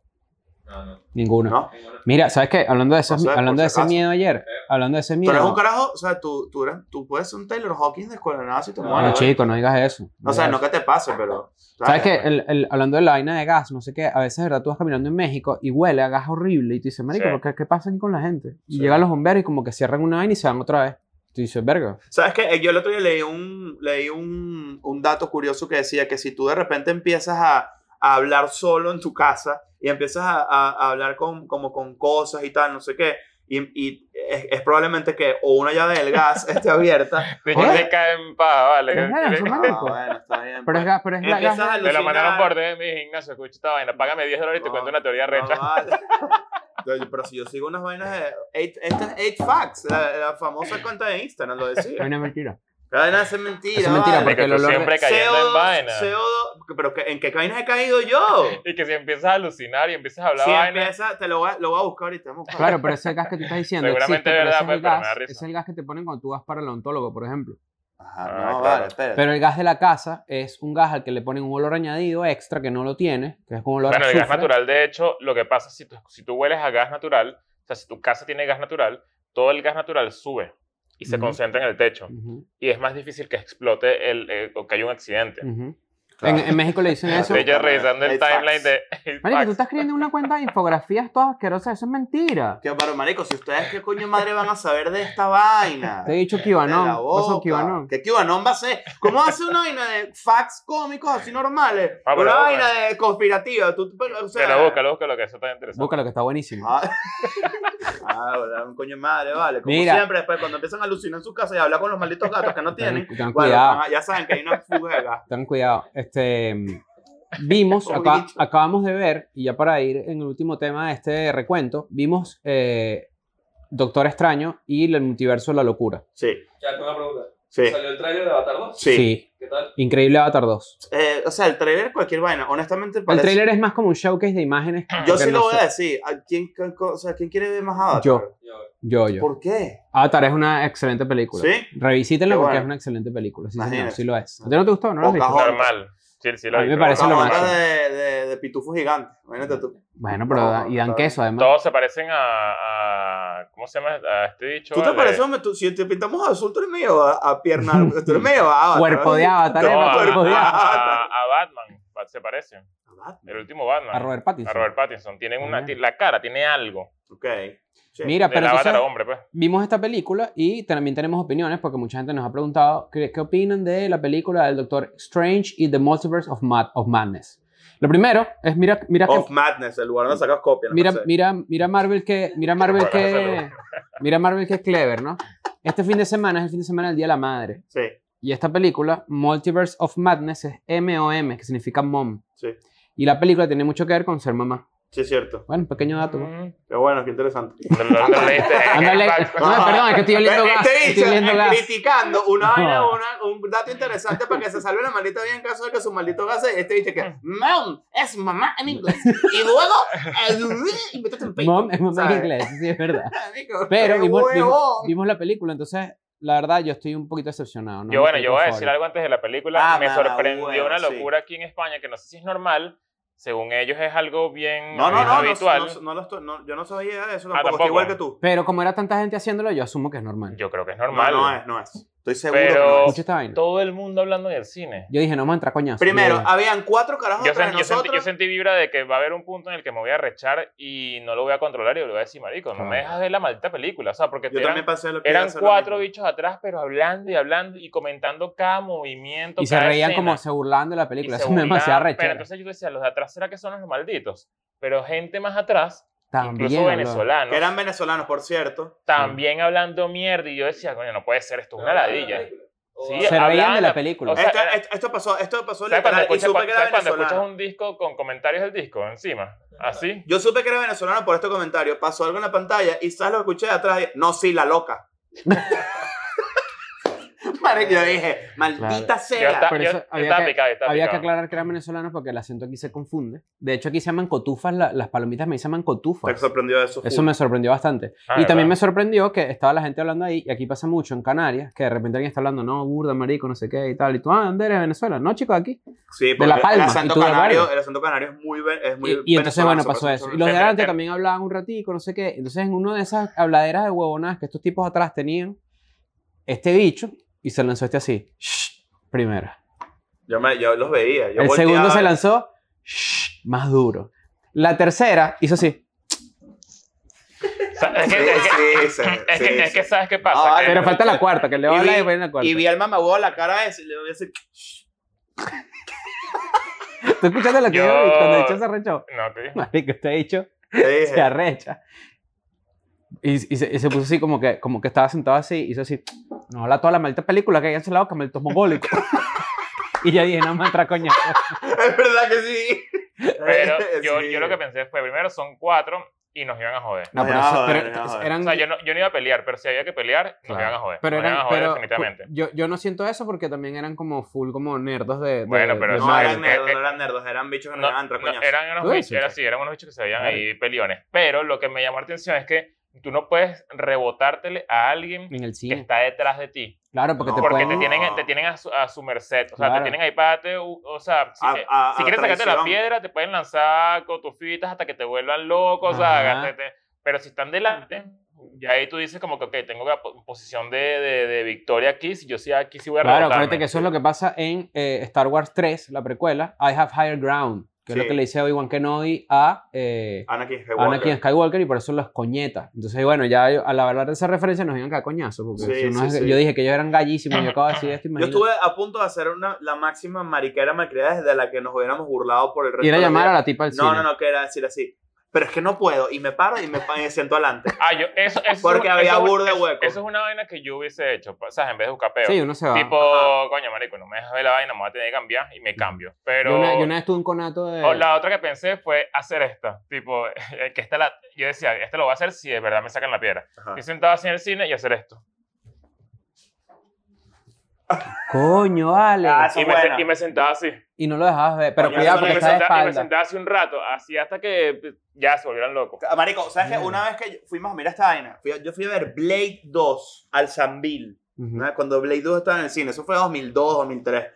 [SPEAKER 5] No, no.
[SPEAKER 4] Ninguno.
[SPEAKER 3] ¿No?
[SPEAKER 5] ninguna.
[SPEAKER 4] Mira, ¿sabes qué? Hablando de, esos-
[SPEAKER 3] Por si-
[SPEAKER 4] hablando
[SPEAKER 3] por
[SPEAKER 4] de
[SPEAKER 3] si
[SPEAKER 4] ese
[SPEAKER 3] acaso.
[SPEAKER 4] miedo ayer, hablando de ese
[SPEAKER 3] Tú
[SPEAKER 4] miedo.
[SPEAKER 3] eres un carajo, o sea, tú, tú, eres, tú puedes ser un Taylor Hawkins de escuela de nada si te
[SPEAKER 5] No,
[SPEAKER 4] No,
[SPEAKER 3] mueres.
[SPEAKER 4] chico, no digas eso.
[SPEAKER 3] o sea,
[SPEAKER 4] digas
[SPEAKER 3] no
[SPEAKER 4] eso.
[SPEAKER 3] que te pase, pero.
[SPEAKER 4] ¿Sabes qué? El- el- hablando de la vaina de gas, no sé qué, a veces, ¿verdad? Tú vas caminando en México y huele a gas horrible y tú dices, marico,
[SPEAKER 2] Sí.
[SPEAKER 4] ¿pero ¿qué, qué pasa aquí con la gente? Y
[SPEAKER 5] Sí.
[SPEAKER 4] llegan los bomberos y como que cierran una vaina y se van otra vez. Tú dices, verga.
[SPEAKER 3] ¿Sabes qué? Eh, Yo el otro día leí un, leí un, un dato curioso que decía que si tú de repente empiezas a, a hablar solo en tu casa y empiezas a, a- a hablar con, como con cosas y tal, no sé qué, y, y es, es probablemente que o una llave del gas esté abierta.
[SPEAKER 2] De hecho,
[SPEAKER 4] ¿Joder?
[SPEAKER 2] se caen pa, vale.
[SPEAKER 4] Pero es eso,
[SPEAKER 3] Ah,
[SPEAKER 4] marico.
[SPEAKER 3] bueno, está bien.
[SPEAKER 4] Pero
[SPEAKER 3] pues.
[SPEAKER 4] es, gas- pero es la
[SPEAKER 3] Empiezas
[SPEAKER 4] gas.
[SPEAKER 3] a
[SPEAKER 2] Te
[SPEAKER 3] alucinar.
[SPEAKER 2] lo mandaron por DM, Ignacio, escucha esta vaina. Págame 10 dólares y te
[SPEAKER 3] No,
[SPEAKER 2] cuento una teoría
[SPEAKER 3] No,
[SPEAKER 2] reta.
[SPEAKER 3] vale. Entonces, Pero si yo sigo unas vainas de... Eight, esta es Eight Facts, la, la famosa cuenta de Instagram, lo
[SPEAKER 4] Es
[SPEAKER 3] decía.
[SPEAKER 4] una mentira.
[SPEAKER 3] La vaina es mentira,
[SPEAKER 4] Es mentira,
[SPEAKER 3] vale.
[SPEAKER 4] porque
[SPEAKER 2] Porque
[SPEAKER 4] el
[SPEAKER 2] tú
[SPEAKER 4] olor de-
[SPEAKER 2] siempre cayendo en vaina.
[SPEAKER 3] CO2, pero que- ¿en qué vainas he caído yo?
[SPEAKER 2] Y que si empiezas a alucinar y empiezas a hablar
[SPEAKER 3] si
[SPEAKER 2] vaina,
[SPEAKER 3] empieza, te lo voy, a, lo voy a buscar ahorita. vamos a buscar.
[SPEAKER 4] Claro, pero ese gas que tú estás diciendo
[SPEAKER 2] Seguramente
[SPEAKER 4] existe,
[SPEAKER 2] es verdad,
[SPEAKER 4] pero ese es,
[SPEAKER 2] pues,
[SPEAKER 4] el
[SPEAKER 2] pero me
[SPEAKER 4] gas,
[SPEAKER 2] da risa.
[SPEAKER 4] es el gas que te ponen cuando tú vas para el odontólogo, por ejemplo.
[SPEAKER 3] Ajá,
[SPEAKER 2] Ah,
[SPEAKER 3] no,
[SPEAKER 2] claro.
[SPEAKER 3] vale, espérate.
[SPEAKER 4] Pero el gas de la casa es un gas al que le ponen un olor añadido extra que no lo tiene, que es como olor
[SPEAKER 2] Bueno,
[SPEAKER 4] a
[SPEAKER 2] el gas
[SPEAKER 4] azufre.
[SPEAKER 2] natural, de hecho, lo que pasa es si tú, si tú hueles a gas natural, o sea, si tu casa tiene gas natural, todo el gas natural sube y se
[SPEAKER 4] Ujú.
[SPEAKER 2] concentra en el techo.
[SPEAKER 4] Ujú,
[SPEAKER 2] Y es más difícil que explote el, eh, o que haya un accidente.
[SPEAKER 4] ujú. En, en México le dicen eso.
[SPEAKER 2] Estoy yo revisando el
[SPEAKER 3] Eight facts.
[SPEAKER 2] timeline de. Eight
[SPEAKER 4] Marico, tú
[SPEAKER 2] Facts.
[SPEAKER 4] estás escribiendo una cuenta de infografías todas asquerosas. Eso es mentira.
[SPEAKER 3] Que paro, marico, si ustedes qué coño madre van a saber de esta vaina.
[SPEAKER 4] Te he dicho
[SPEAKER 3] De la
[SPEAKER 4] QAnon. Oso
[SPEAKER 3] boca.
[SPEAKER 4] QAnon.
[SPEAKER 3] ¿Qué QAnon va a ser? ¿Cómo hace una vaina de facts cómicos así normales?
[SPEAKER 2] Ah, pero
[SPEAKER 3] una
[SPEAKER 2] la
[SPEAKER 3] vaina de conspirativa. Tú, o sea,
[SPEAKER 2] Pero búscalo, búscalo, que eso está interesante.
[SPEAKER 4] Búscalo, que está buenísimo.
[SPEAKER 3] Ah, Ah, ¿verdad? un coño de madre, vale. Como
[SPEAKER 4] Mira.
[SPEAKER 3] siempre, después cuando empiezan a alucinar en su casa y a hablar con los malditos gatos que no
[SPEAKER 4] Ten,
[SPEAKER 3] tienen,
[SPEAKER 4] ten
[SPEAKER 3] bueno,
[SPEAKER 4] cuidado,
[SPEAKER 3] ajá, ya saben que hay una fuga de gas.
[SPEAKER 4] ten cuidado. Este, mm, vimos,
[SPEAKER 3] Como
[SPEAKER 4] acá-
[SPEAKER 3] dicho.
[SPEAKER 4] acabamos de ver, y ya para ir en el último tema de este recuento, vimos eh, Doctor Extraño y el multiverso de la locura.
[SPEAKER 3] Sí,
[SPEAKER 5] Ya, tengo una pregunta.
[SPEAKER 3] sí,
[SPEAKER 5] ¿Salió el tráiler de Avatar 2?
[SPEAKER 3] sí.
[SPEAKER 5] ¿Qué tal?
[SPEAKER 4] Increíble Avatar 2.
[SPEAKER 3] Eh, o sea, el trailer, cualquier vaina. Honestamente,
[SPEAKER 4] El
[SPEAKER 3] parece...
[SPEAKER 4] trailer es más como un showcase de imágenes.
[SPEAKER 3] Yo
[SPEAKER 4] porque
[SPEAKER 3] sí lo
[SPEAKER 4] no
[SPEAKER 3] voy
[SPEAKER 4] sé-
[SPEAKER 3] a decir. ¿A quién, qué co- o sea, ¿Quién quiere ver más Avatar?
[SPEAKER 4] Yo.
[SPEAKER 5] Ya, bueno.
[SPEAKER 4] Yo, yo.
[SPEAKER 3] ¿Por qué?
[SPEAKER 4] Avatar es una excelente película.
[SPEAKER 3] ¿Sí?
[SPEAKER 4] Revisítenla
[SPEAKER 3] Qué
[SPEAKER 4] porque
[SPEAKER 3] bueno.
[SPEAKER 4] es una excelente película. Sí,
[SPEAKER 3] Imagínate.
[SPEAKER 4] señor, sí lo es. ¿A ti no te gustó? ¿No lo has visto?
[SPEAKER 3] Pocahontas.
[SPEAKER 2] Normal. Sí, sí, lo
[SPEAKER 4] A mí
[SPEAKER 2] vi,
[SPEAKER 4] me
[SPEAKER 2] pero
[SPEAKER 4] parece lo
[SPEAKER 2] bueno,
[SPEAKER 3] Pocahontas
[SPEAKER 4] máximo.
[SPEAKER 3] de, de, de pitufo gigante. Imagínate tú.
[SPEAKER 4] Bueno, pero da- y dan
[SPEAKER 3] Pocahontas.
[SPEAKER 4] queso además.
[SPEAKER 2] Todos se parecen a, a- ¿Cómo se llama? A este dicho.
[SPEAKER 3] ¿Tú te
[SPEAKER 2] vale.
[SPEAKER 3] pareces un- tú- si te pintamos azul, tú eres medio a, a pierna. Tú eres medio a Avatar.
[SPEAKER 4] Cuerpo de
[SPEAKER 3] ¿verdad?
[SPEAKER 4] Avatar.
[SPEAKER 2] No,
[SPEAKER 4] eh,
[SPEAKER 2] a,
[SPEAKER 4] cuerpo de
[SPEAKER 2] a-
[SPEAKER 4] Avatar.
[SPEAKER 2] a- a Batman. Bat- Se parecen. El último Batman.
[SPEAKER 4] A Robert Pattinson.
[SPEAKER 2] A Robert Pattinson. Tienen una,
[SPEAKER 4] Ah.
[SPEAKER 2] ti- la cara tiene algo.
[SPEAKER 3] Ok. Sí.
[SPEAKER 4] Mira,
[SPEAKER 2] Del
[SPEAKER 4] pero entonces
[SPEAKER 2] avatar hombre, pues.
[SPEAKER 4] vimos esta película y también tenemos opiniones porque mucha gente nos ha preguntado qué, qué opinan de la película del Doctor Strange y The Multiverse of, Mad- of Madness. Lo primero es mira, mira, que-
[SPEAKER 3] Of Madness, el lugar donde sacas copias. no
[SPEAKER 4] mira,
[SPEAKER 3] sé.
[SPEAKER 4] mira, mira Marvel que, mira Marvel
[SPEAKER 2] Bueno,
[SPEAKER 4] que,
[SPEAKER 2] saludos.
[SPEAKER 4] mira Marvel que es clever, ¿no? Este fin de semana es el fin de semana del Día de la Madre.
[SPEAKER 3] Sí,
[SPEAKER 4] Y esta película, Multiverse of Madness, es M-O-M, que significa mom.
[SPEAKER 3] sí.
[SPEAKER 4] Y la película tiene mucho que ver con ser mamá.
[SPEAKER 3] Sí, es cierto.
[SPEAKER 4] Bueno, pequeño dato. ¿no?
[SPEAKER 2] Mm.
[SPEAKER 3] Qué bueno, qué interesante.
[SPEAKER 2] Lo- lo- lo leíste en-
[SPEAKER 4] Ándale.
[SPEAKER 2] en-
[SPEAKER 4] No, perdón, es que estoy oliendo gas,
[SPEAKER 3] Este
[SPEAKER 4] estoy
[SPEAKER 3] bicho
[SPEAKER 4] oliendo
[SPEAKER 3] es
[SPEAKER 4] gas.
[SPEAKER 3] criticando una vaina,
[SPEAKER 4] No.
[SPEAKER 3] una- un dato interesante para que se salve la maldita vida en caso de que su maldito gas. Este bicho que mom es mamá en inglés. Y luego eh, y métete el pecho.
[SPEAKER 4] Mom es mamá en
[SPEAKER 3] ¿sabes?
[SPEAKER 4] inglés, sí, es verdad.
[SPEAKER 3] Marico,
[SPEAKER 4] Pero
[SPEAKER 3] qué
[SPEAKER 4] vimos, vimos-
[SPEAKER 3] huevón.
[SPEAKER 4] vimos la película, entonces la verdad yo estoy un poquito decepcionado. ¿no?
[SPEAKER 2] Yo,
[SPEAKER 4] Mi
[SPEAKER 2] bueno, yo voy a decir
[SPEAKER 4] película favorita.
[SPEAKER 2] algo antes de la película.
[SPEAKER 3] Ah,
[SPEAKER 2] Me
[SPEAKER 3] mala,
[SPEAKER 2] sorprendió
[SPEAKER 3] bueno,
[SPEAKER 2] una
[SPEAKER 3] sí.
[SPEAKER 2] locura aquí en España, que no sé si es normal. Según ellos es algo bien
[SPEAKER 3] No, no, no, no,
[SPEAKER 2] habitual.
[SPEAKER 3] no, no lo estoy- no, yo no sabía de eso
[SPEAKER 2] Ah,
[SPEAKER 3] tampoco, estoy
[SPEAKER 2] tampoco.
[SPEAKER 3] igual que tú.
[SPEAKER 4] Pero como era tanta gente haciéndolo, yo asumo que es normal.
[SPEAKER 2] Yo creo que es
[SPEAKER 3] No,
[SPEAKER 2] normal.
[SPEAKER 3] no eh. es, no es. Estoy seguro
[SPEAKER 2] Pero-
[SPEAKER 3] que no es.
[SPEAKER 4] Escucha esta vaina.
[SPEAKER 2] Todo el mundo hablando en el cine.
[SPEAKER 4] Yo dije, no vamos a entrar coñazo.
[SPEAKER 3] Primero,
[SPEAKER 4] Ya, ya.
[SPEAKER 3] habían cuatro carajos
[SPEAKER 2] Yo,
[SPEAKER 3] atrás
[SPEAKER 2] sentí,
[SPEAKER 3] de
[SPEAKER 2] yo sentí- yo
[SPEAKER 3] nosotros.
[SPEAKER 2] sentí vibra de que va a haber un punto en el que me voy a rechar y no lo voy a controlar y le voy a decir, marico, no
[SPEAKER 4] Claro.
[SPEAKER 2] me dejas ver la maldita película. O sea, porque
[SPEAKER 3] Ah. Yo
[SPEAKER 2] eran,
[SPEAKER 3] también pasé lo que iba a
[SPEAKER 2] eran
[SPEAKER 3] hacer lo
[SPEAKER 2] cuatro
[SPEAKER 3] mismo.
[SPEAKER 2] bichos atrás, pero hablando y hablando y comentando cada movimiento.
[SPEAKER 4] y se
[SPEAKER 2] cada
[SPEAKER 4] reían
[SPEAKER 2] escena.
[SPEAKER 4] como se burlaban de la película.
[SPEAKER 2] Y
[SPEAKER 4] Eso
[SPEAKER 2] se
[SPEAKER 4] me demasiada
[SPEAKER 2] burlaban, Pero
[SPEAKER 4] rechera.
[SPEAKER 2] entonces yo decía, los de atrás, ¿será que son los malditos? Pero gente más atrás,
[SPEAKER 4] También,
[SPEAKER 2] incluso
[SPEAKER 4] bro.
[SPEAKER 2] venezolanos,
[SPEAKER 3] Que eran venezolanos, por cierto.
[SPEAKER 2] también hablando mierda. Y yo decía, coño, no puede ser esto, es una
[SPEAKER 5] ¿Pero hablaban de la
[SPEAKER 2] ladilla.
[SPEAKER 5] película? ¿O
[SPEAKER 2] Sí,
[SPEAKER 5] hablaban-
[SPEAKER 4] Se reían
[SPEAKER 2] hablaban
[SPEAKER 4] de
[SPEAKER 2] la-
[SPEAKER 4] la película.
[SPEAKER 2] o sea,
[SPEAKER 3] esto,
[SPEAKER 2] era-
[SPEAKER 3] esto- esto pasó, esto pasó
[SPEAKER 2] ¿Sabes cuando
[SPEAKER 3] literal y
[SPEAKER 2] escuchas,
[SPEAKER 3] supe
[SPEAKER 2] cuando-
[SPEAKER 3] que era
[SPEAKER 2] sabes cuando escuchas
[SPEAKER 3] venezolano.
[SPEAKER 2] un disco con comentarios del disco encima? Así.
[SPEAKER 3] Yo supe que era venezolano por este comentario. Pasó algo en la pantalla y sabes lo que escuché de atrás. y- No, sí, la loca. Marico, yo dije, maldita
[SPEAKER 2] Yo,
[SPEAKER 3] sea.
[SPEAKER 2] está-
[SPEAKER 4] Por
[SPEAKER 2] yo-
[SPEAKER 4] eso
[SPEAKER 2] yo
[SPEAKER 4] había
[SPEAKER 2] estaba
[SPEAKER 4] que-
[SPEAKER 2] picado, yo estaba
[SPEAKER 4] Había que
[SPEAKER 2] picado.
[SPEAKER 4] aclarar que eran venezolanos porque el acento aquí se confunde. De hecho, aquí se llaman cotufas, la- las palomitas me llaman
[SPEAKER 3] Te
[SPEAKER 4] cotufas.
[SPEAKER 3] sorprendió eso.
[SPEAKER 4] Pues, Eso me sorprendió bastante.
[SPEAKER 2] Ah,
[SPEAKER 4] y también
[SPEAKER 2] ¿verdad?
[SPEAKER 4] me sorprendió que estaba la gente hablando ahí, y aquí pasa mucho en Canarias, que de repente alguien está hablando, no, burda, marico, no sé qué y tal. Y tú, ah, ¿dónde eres? Venezuela. No, chicos, aquí.
[SPEAKER 3] Sí, porque
[SPEAKER 4] La
[SPEAKER 3] el
[SPEAKER 4] Palma, y
[SPEAKER 3] acento
[SPEAKER 4] tú de
[SPEAKER 3] canario,
[SPEAKER 4] Vargas.
[SPEAKER 3] el acento canario es muy, ve- es muy
[SPEAKER 4] y, y entonces,
[SPEAKER 3] venezolano,
[SPEAKER 4] bueno,
[SPEAKER 3] se
[SPEAKER 4] pasó
[SPEAKER 3] parece
[SPEAKER 4] eso.
[SPEAKER 3] mucho a
[SPEAKER 4] Y los de
[SPEAKER 2] Pero-
[SPEAKER 4] adelante
[SPEAKER 2] pero-
[SPEAKER 4] también hablaban un ratico, no sé qué. Entonces, en una de esas habladeras de huevonadas que estos tipos atrás tenían, este bicho, y se lanzó este así. shh, primera.
[SPEAKER 3] Yo, me- yo los veía. Yo
[SPEAKER 4] El
[SPEAKER 3] volteaba-
[SPEAKER 4] segundo se lanzó shh, más duro. La tercera hizo así.
[SPEAKER 2] O sea, es
[SPEAKER 3] Sí,
[SPEAKER 2] que- es que-
[SPEAKER 3] sí, sí,
[SPEAKER 2] es
[SPEAKER 3] sí,
[SPEAKER 2] que- es
[SPEAKER 3] sí.
[SPEAKER 2] que sabes qué pasa.
[SPEAKER 3] Ah,
[SPEAKER 2] que-
[SPEAKER 4] Pero falta la cuarta, que le va a hablar y poner la cuarta.
[SPEAKER 3] Y vi al mamahuevo la cara ese y le voy a decir,
[SPEAKER 4] ¿Tú escuchaste lo que
[SPEAKER 2] Yo-
[SPEAKER 4] yo... cuando el bicho se arrechó?
[SPEAKER 2] No, te dije.
[SPEAKER 4] Marico, este bicho
[SPEAKER 3] te
[SPEAKER 4] se
[SPEAKER 3] dije,
[SPEAKER 4] arrecha. Y, y se, y se puso así como que, como que estaba sentado así, hizo así, no habla toda la maldita película que hay en ese lado, que me mongólicos. y ya dije, no me entra coña.
[SPEAKER 3] es verdad que sí.
[SPEAKER 2] Pero yo,
[SPEAKER 3] Sí.
[SPEAKER 2] yo lo que pensé fue, primero son cuatro y nos iban a joder.
[SPEAKER 4] No,
[SPEAKER 3] No,
[SPEAKER 4] pero,
[SPEAKER 3] ya
[SPEAKER 4] eso-
[SPEAKER 3] va,
[SPEAKER 4] pero
[SPEAKER 3] ya va.
[SPEAKER 4] eran...
[SPEAKER 2] O sea, yo no, yo no iba a pelear, pero si había que pelear, nos
[SPEAKER 4] Claro.
[SPEAKER 2] iban a joder.
[SPEAKER 4] pero
[SPEAKER 2] nos
[SPEAKER 4] eran,
[SPEAKER 2] iban a joder
[SPEAKER 4] pero
[SPEAKER 2] definitivamente.
[SPEAKER 4] yo, yo no siento eso porque también eran como full como nerdos de, de-
[SPEAKER 2] Bueno, pero
[SPEAKER 4] de
[SPEAKER 2] eso
[SPEAKER 3] No,
[SPEAKER 4] Marvel.
[SPEAKER 3] eran nerdos, no eran nerdos, eran bichos que no
[SPEAKER 2] No,
[SPEAKER 3] eran
[SPEAKER 2] no,
[SPEAKER 3] tracoñazos.
[SPEAKER 2] eran
[SPEAKER 4] Tú
[SPEAKER 2] unos
[SPEAKER 4] eres
[SPEAKER 2] bichos, era
[SPEAKER 4] bicho.
[SPEAKER 2] así, eran unos bichos que se veían
[SPEAKER 4] Claro.
[SPEAKER 2] ahí peliones. Pero lo que me llamó la atención es que tú no puedes rebotártele a alguien
[SPEAKER 4] en el
[SPEAKER 2] que
[SPEAKER 4] cine.
[SPEAKER 2] está detrás de ti.
[SPEAKER 4] Claro, porque
[SPEAKER 3] No,
[SPEAKER 4] te
[SPEAKER 2] porque
[SPEAKER 4] pueden...
[SPEAKER 2] te tienen, te tienen a, su, a su merced. O sea,
[SPEAKER 4] Claro.
[SPEAKER 2] te tienen ahí para... darte u- O sea, si,
[SPEAKER 3] A-
[SPEAKER 2] eh,
[SPEAKER 3] a-
[SPEAKER 2] si
[SPEAKER 3] a
[SPEAKER 2] quieres sacarte la
[SPEAKER 3] traición.
[SPEAKER 2] piedra, te pueden lanzar cotufitas hasta que te vuelvan loco. O
[SPEAKER 4] Ajá.
[SPEAKER 2] sea, agárrate- pero si están delante, Y ahí tú dices como que, ok, tengo la po- posición de, de- de victoria aquí, si yo sí aquí sí voy a
[SPEAKER 4] Claro,
[SPEAKER 2] rebotarme.
[SPEAKER 4] acuérdate que eso es lo que pasa en eh, Star Wars 3, la precuela, I Have Higher Ground, que es
[SPEAKER 3] Sí.
[SPEAKER 4] lo que le dice Obi-Wan Kenobi a eh,
[SPEAKER 3] Anakin Skywalker.
[SPEAKER 4] Anakin Skywalker y por eso los coñetas. Entonces, bueno, ya al hablar de esa referencia nos digan cada coñazo, porque
[SPEAKER 3] Sí,
[SPEAKER 4] si uno
[SPEAKER 3] sí,
[SPEAKER 4] es-
[SPEAKER 3] sí.
[SPEAKER 4] yo dije que ellos eran gallísimos, yo acabo de decir esto,
[SPEAKER 3] Yo
[SPEAKER 4] imagínate.
[SPEAKER 3] estuve a punto de hacer una, la máxima mariquera malcriada desde la que nos hubiéramos burlado por el resto
[SPEAKER 4] Y era
[SPEAKER 3] de la
[SPEAKER 4] llamar a
[SPEAKER 3] vida.
[SPEAKER 4] la tipa del
[SPEAKER 3] No, no,
[SPEAKER 4] cine.
[SPEAKER 3] no, que era decir así. Pero es que no puedo. Y me paro y me, pa- y me siento adelante.
[SPEAKER 2] Ah, yo, eso, eso, es
[SPEAKER 3] Porque
[SPEAKER 2] un-
[SPEAKER 3] había
[SPEAKER 2] eso es-
[SPEAKER 3] burda de
[SPEAKER 2] eso-
[SPEAKER 3] hueco.
[SPEAKER 2] Eso es una vaina que yo hubiese hecho, o sea, en vez de buscar peo.
[SPEAKER 4] Sí, uno se va.
[SPEAKER 2] tipo,
[SPEAKER 3] Ajá.
[SPEAKER 2] coño, marico, no me dejas ver la vaina, me voy a tener que cambiar y me cambio. Pero...
[SPEAKER 4] Mm. yo, una, yo una vez tuve un conato de...
[SPEAKER 2] O la otra que pensé fue hacer esta. Tipo, que esta la, yo decía, esta lo voy a hacer si de verdad me sacan la piedra.
[SPEAKER 3] Ajá.
[SPEAKER 2] Y sentado así en el cine y hacer esto.
[SPEAKER 4] Coño, Ale.
[SPEAKER 3] Ah, sí. Esa
[SPEAKER 2] Y
[SPEAKER 3] es
[SPEAKER 2] me,
[SPEAKER 3] buena.
[SPEAKER 2] se- y me sentaba así.
[SPEAKER 4] Y no lo dejabas ver, pero
[SPEAKER 3] Coño,
[SPEAKER 4] cuidado
[SPEAKER 2] y,
[SPEAKER 3] eso
[SPEAKER 4] porque
[SPEAKER 2] me
[SPEAKER 4] está de
[SPEAKER 2] sentaba, y me
[SPEAKER 4] espalda.
[SPEAKER 2] sentaba así un rato, así hasta que ya se volvieran locos.
[SPEAKER 3] Marico, ¿sabes qué?
[SPEAKER 4] Mm.
[SPEAKER 3] Una vez que fuimos a mirar esta vaina, fui a- yo fui a ver Blade 2 al Zambil.
[SPEAKER 4] Ujú.
[SPEAKER 3] ¿no? Cuando Blade 2 estaba en el cine. Eso fue 2002, 2003.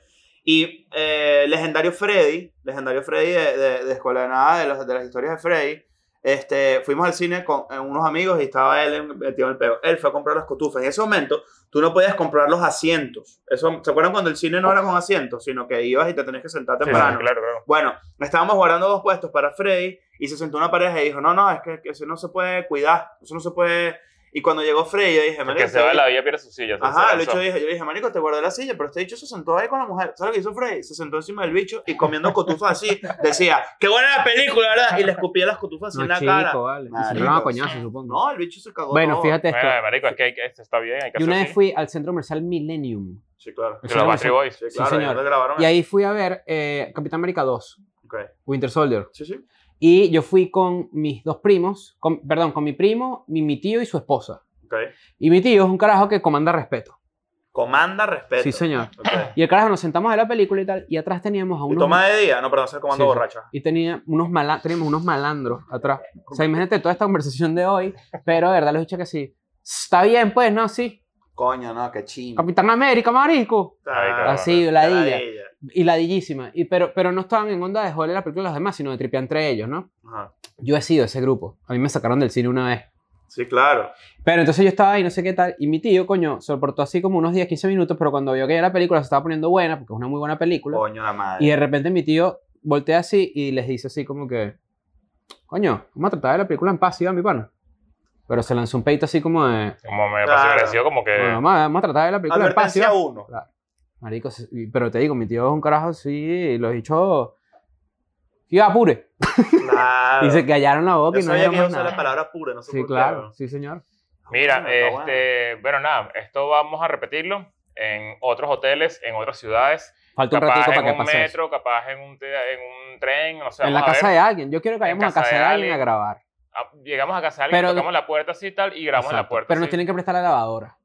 [SPEAKER 3] Y eh, legendario Freddy, legendario Freddy de, de- de Escuela de Nada, de, los- de las historias de Freddy, este, fuimos al cine con eh, unos amigos y estaba él en- metido en el peo. Él fue a comprar las cotufas. En ese momento, tú no podías comprar los asientos. Eso, ¿Se acuerdan cuando el cine no era con asientos, sino que ibas y te tenías que sentar
[SPEAKER 2] Sí, sí,
[SPEAKER 3] temprano?
[SPEAKER 2] claro, claro.
[SPEAKER 3] Bueno, estábamos guardando dos puestos para Freddy y se sentó una pareja y dijo, no, no, es que, que eso no se puede cuidar, eso no se puede... Y cuando llegó Freddy, yo dije,
[SPEAKER 2] que
[SPEAKER 3] "Marico,
[SPEAKER 2] se va de
[SPEAKER 3] este-
[SPEAKER 2] la vía pierde su silla. se-
[SPEAKER 3] Ajá,
[SPEAKER 2] se
[SPEAKER 3] el bicho
[SPEAKER 2] lanzó.
[SPEAKER 3] dijo, yo le dije, marico, te guardé la silla, pero este bicho se sentó ahí con la mujer. ¿Sabes lo que hizo Freddy? Se sentó encima del bicho y comiendo cotufas así, decía, qué buena la película, ¿verdad? Y le escupía las cotufas así
[SPEAKER 4] No,
[SPEAKER 3] en la
[SPEAKER 4] chico,
[SPEAKER 3] cara.
[SPEAKER 4] vale. Y se
[SPEAKER 3] Marico,
[SPEAKER 4] lo
[SPEAKER 3] sí.
[SPEAKER 4] coñazo, supongo.
[SPEAKER 3] No, el bicho se cagó
[SPEAKER 4] bueno,
[SPEAKER 3] todo.
[SPEAKER 4] fíjate esto.
[SPEAKER 2] Bueno, marico, es que, hay que- esto está bien, hay que
[SPEAKER 4] Yo una
[SPEAKER 2] hacer
[SPEAKER 4] vez
[SPEAKER 2] así.
[SPEAKER 4] fui al centro comercial Millennium.
[SPEAKER 3] Sí, claro.
[SPEAKER 4] El
[SPEAKER 2] De los
[SPEAKER 4] centro
[SPEAKER 2] Backstreet
[SPEAKER 4] comercial-
[SPEAKER 2] Boys.
[SPEAKER 3] Sí,
[SPEAKER 4] Sí,
[SPEAKER 3] claro, ya
[SPEAKER 4] señor.
[SPEAKER 3] lo grabaron.
[SPEAKER 4] Y ahí fui a ver eh, Capitán América 2,
[SPEAKER 3] Ok.
[SPEAKER 4] Winter Soldier.
[SPEAKER 3] Sí, sí.
[SPEAKER 4] Y yo fui con mis dos primos, con- perdón, con mi primo, mi, mi tío y su esposa.
[SPEAKER 3] Ok.
[SPEAKER 4] Y mi tío es un carajo que comanda respeto.
[SPEAKER 3] Comanda respeto.
[SPEAKER 4] Sí, señor.
[SPEAKER 3] Ok.
[SPEAKER 4] Y el carajo nos sentamos a la película y tal, y atrás teníamos
[SPEAKER 3] ¿Y
[SPEAKER 4] a unos...
[SPEAKER 3] toma de día? No, perdón, es el comando
[SPEAKER 4] Sí, sí.
[SPEAKER 3] borracho.
[SPEAKER 4] y tenía unos mala- teníamos unos malandros atrás. O sea, imagínate toda esta conversación de hoy, pero de verdad los he dicho que sí. Está bien, pues, ¿no? Sí.
[SPEAKER 3] Coño, no, qué chingo.
[SPEAKER 4] Capitán América, marico.
[SPEAKER 2] Ah,
[SPEAKER 4] Así,
[SPEAKER 3] la
[SPEAKER 4] ladilla. Y ladillísima. Y, pero, pero no estaban en onda de joder la película de los demás, sino de tripear entre ellos, ¿no?
[SPEAKER 3] Ajá.
[SPEAKER 4] Yo he sido ese grupo. A mí me sacaron del cine una vez.
[SPEAKER 3] Sí, claro.
[SPEAKER 4] Pero entonces yo estaba ahí, no sé qué tal, y mi tío, coño, soportó así como unos 10, 15 minutos, pero cuando vio que ya la película se estaba poniendo buena, porque es una muy buena película,
[SPEAKER 3] Coño, la madre.
[SPEAKER 4] y de repente mi tío voltea así y les dice así como que, coño, vamos a tratar de la película en paz, ¿sí va, mi pana. Pero se lanzó un peito así como de,
[SPEAKER 2] Como me
[SPEAKER 3] Claro.
[SPEAKER 2] pareció agresivo, como que.
[SPEAKER 4] "Bueno, vamos, a- vamos a tratar de la película en paz, ¿sí
[SPEAKER 3] Advertencia
[SPEAKER 4] va?".
[SPEAKER 3] uno.
[SPEAKER 4] Marico, se- y- pero te digo, mi tío es un carajo así, y los dicho, iba apure.
[SPEAKER 3] Claro.
[SPEAKER 4] Y se callaron la boca
[SPEAKER 3] Yo
[SPEAKER 4] y no
[SPEAKER 3] sabía que iba a
[SPEAKER 4] dijeron
[SPEAKER 3] usar la
[SPEAKER 4] nada.
[SPEAKER 3] palabra pura, no sé
[SPEAKER 4] Sí,
[SPEAKER 3] por qué,
[SPEAKER 4] claro,
[SPEAKER 3] weón.
[SPEAKER 4] sí, señor.
[SPEAKER 2] Mira,
[SPEAKER 3] Bueno, está bueno.
[SPEAKER 2] este, bueno, nada, esto vamos a repetirlo en otros hoteles, en otras ciudades.
[SPEAKER 4] Falta un
[SPEAKER 2] capaz
[SPEAKER 4] ratito
[SPEAKER 2] en
[SPEAKER 4] para que
[SPEAKER 2] un
[SPEAKER 4] pase eso.
[SPEAKER 2] metro, capaz en un, te- en un tren, o sea,
[SPEAKER 4] en la
[SPEAKER 2] vamos a
[SPEAKER 4] casa
[SPEAKER 2] ver.
[SPEAKER 4] de alguien. Yo quiero que
[SPEAKER 2] En
[SPEAKER 4] vayamos a
[SPEAKER 2] casa
[SPEAKER 4] casa
[SPEAKER 2] de
[SPEAKER 4] de alguien a
[SPEAKER 2] alguien.
[SPEAKER 4] grabar.
[SPEAKER 2] Ah, Llegamos a casa de alguien,
[SPEAKER 4] Pero-
[SPEAKER 2] tocamos la puerta así y tal, y grabamos en la
[SPEAKER 4] Exacto.
[SPEAKER 2] puerta.
[SPEAKER 4] Pero
[SPEAKER 2] sí.
[SPEAKER 4] nos tienen que prestar la lavadora.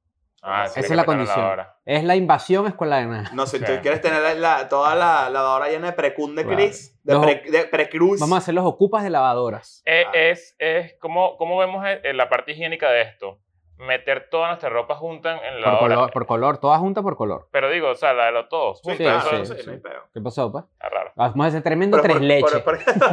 [SPEAKER 2] Ah,
[SPEAKER 4] Esa
[SPEAKER 2] tiene
[SPEAKER 4] es
[SPEAKER 2] que
[SPEAKER 4] la
[SPEAKER 2] apretar
[SPEAKER 4] condición.
[SPEAKER 2] lavadora.
[SPEAKER 4] Es la invasión escuela de nada.
[SPEAKER 3] No, si
[SPEAKER 2] Sí.
[SPEAKER 3] tú quieres tener la- la- toda la lavadora llena de precun de
[SPEAKER 4] Claro.
[SPEAKER 3] Cris, de,
[SPEAKER 4] Los-
[SPEAKER 3] pre, de precruz.
[SPEAKER 4] Vamos a hacer los ocupas de lavadoras.
[SPEAKER 2] Eh,
[SPEAKER 3] Ah.
[SPEAKER 2] Es, es como, como vemos en- en la parte higiénica de esto. Meter toda nuestra ropa junta en la
[SPEAKER 4] Por
[SPEAKER 2] lavadora.
[SPEAKER 4] color, por color, todas juntas por color.
[SPEAKER 2] Pero digo, o sea, la de los todos.
[SPEAKER 3] Sí,
[SPEAKER 2] Junta,
[SPEAKER 4] Sí,
[SPEAKER 3] claro,
[SPEAKER 2] eso
[SPEAKER 3] no
[SPEAKER 2] es-
[SPEAKER 3] sé,
[SPEAKER 4] sí.
[SPEAKER 3] no hay pedo.
[SPEAKER 4] ¿Qué pasó, pa?
[SPEAKER 2] está raro.
[SPEAKER 4] Vamos a hacer tremendo tres
[SPEAKER 3] por-
[SPEAKER 4] leches.
[SPEAKER 3] por- por-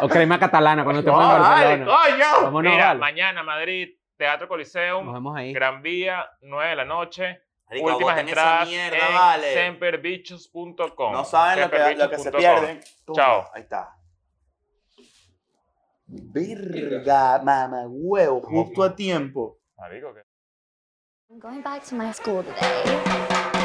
[SPEAKER 4] O crema catalana cuando te
[SPEAKER 3] No,
[SPEAKER 4] pongas en
[SPEAKER 3] vale,
[SPEAKER 4] Barcelona.
[SPEAKER 3] coño.
[SPEAKER 4] Vámonos,
[SPEAKER 2] Mira,
[SPEAKER 4] vale.
[SPEAKER 2] mañana Madrid, Teatro
[SPEAKER 4] Nos
[SPEAKER 2] Coliseum,
[SPEAKER 4] vemos ahí.
[SPEAKER 2] Gran Vía, 9 de la noche.
[SPEAKER 3] Marico,
[SPEAKER 2] últimas
[SPEAKER 3] boten esa
[SPEAKER 2] entradas
[SPEAKER 3] mierda,
[SPEAKER 2] en
[SPEAKER 3] vale.
[SPEAKER 2] semperbichos.com.
[SPEAKER 3] No saben lo que, lo que se
[SPEAKER 2] semperbichos.com.
[SPEAKER 3] pierden. Toma,
[SPEAKER 2] Chao.
[SPEAKER 3] Ahí está. Verga, mamá, huevo, justo a tiempo.
[SPEAKER 2] Marico, ¿qué?
[SPEAKER 1] I'm going back to my school today.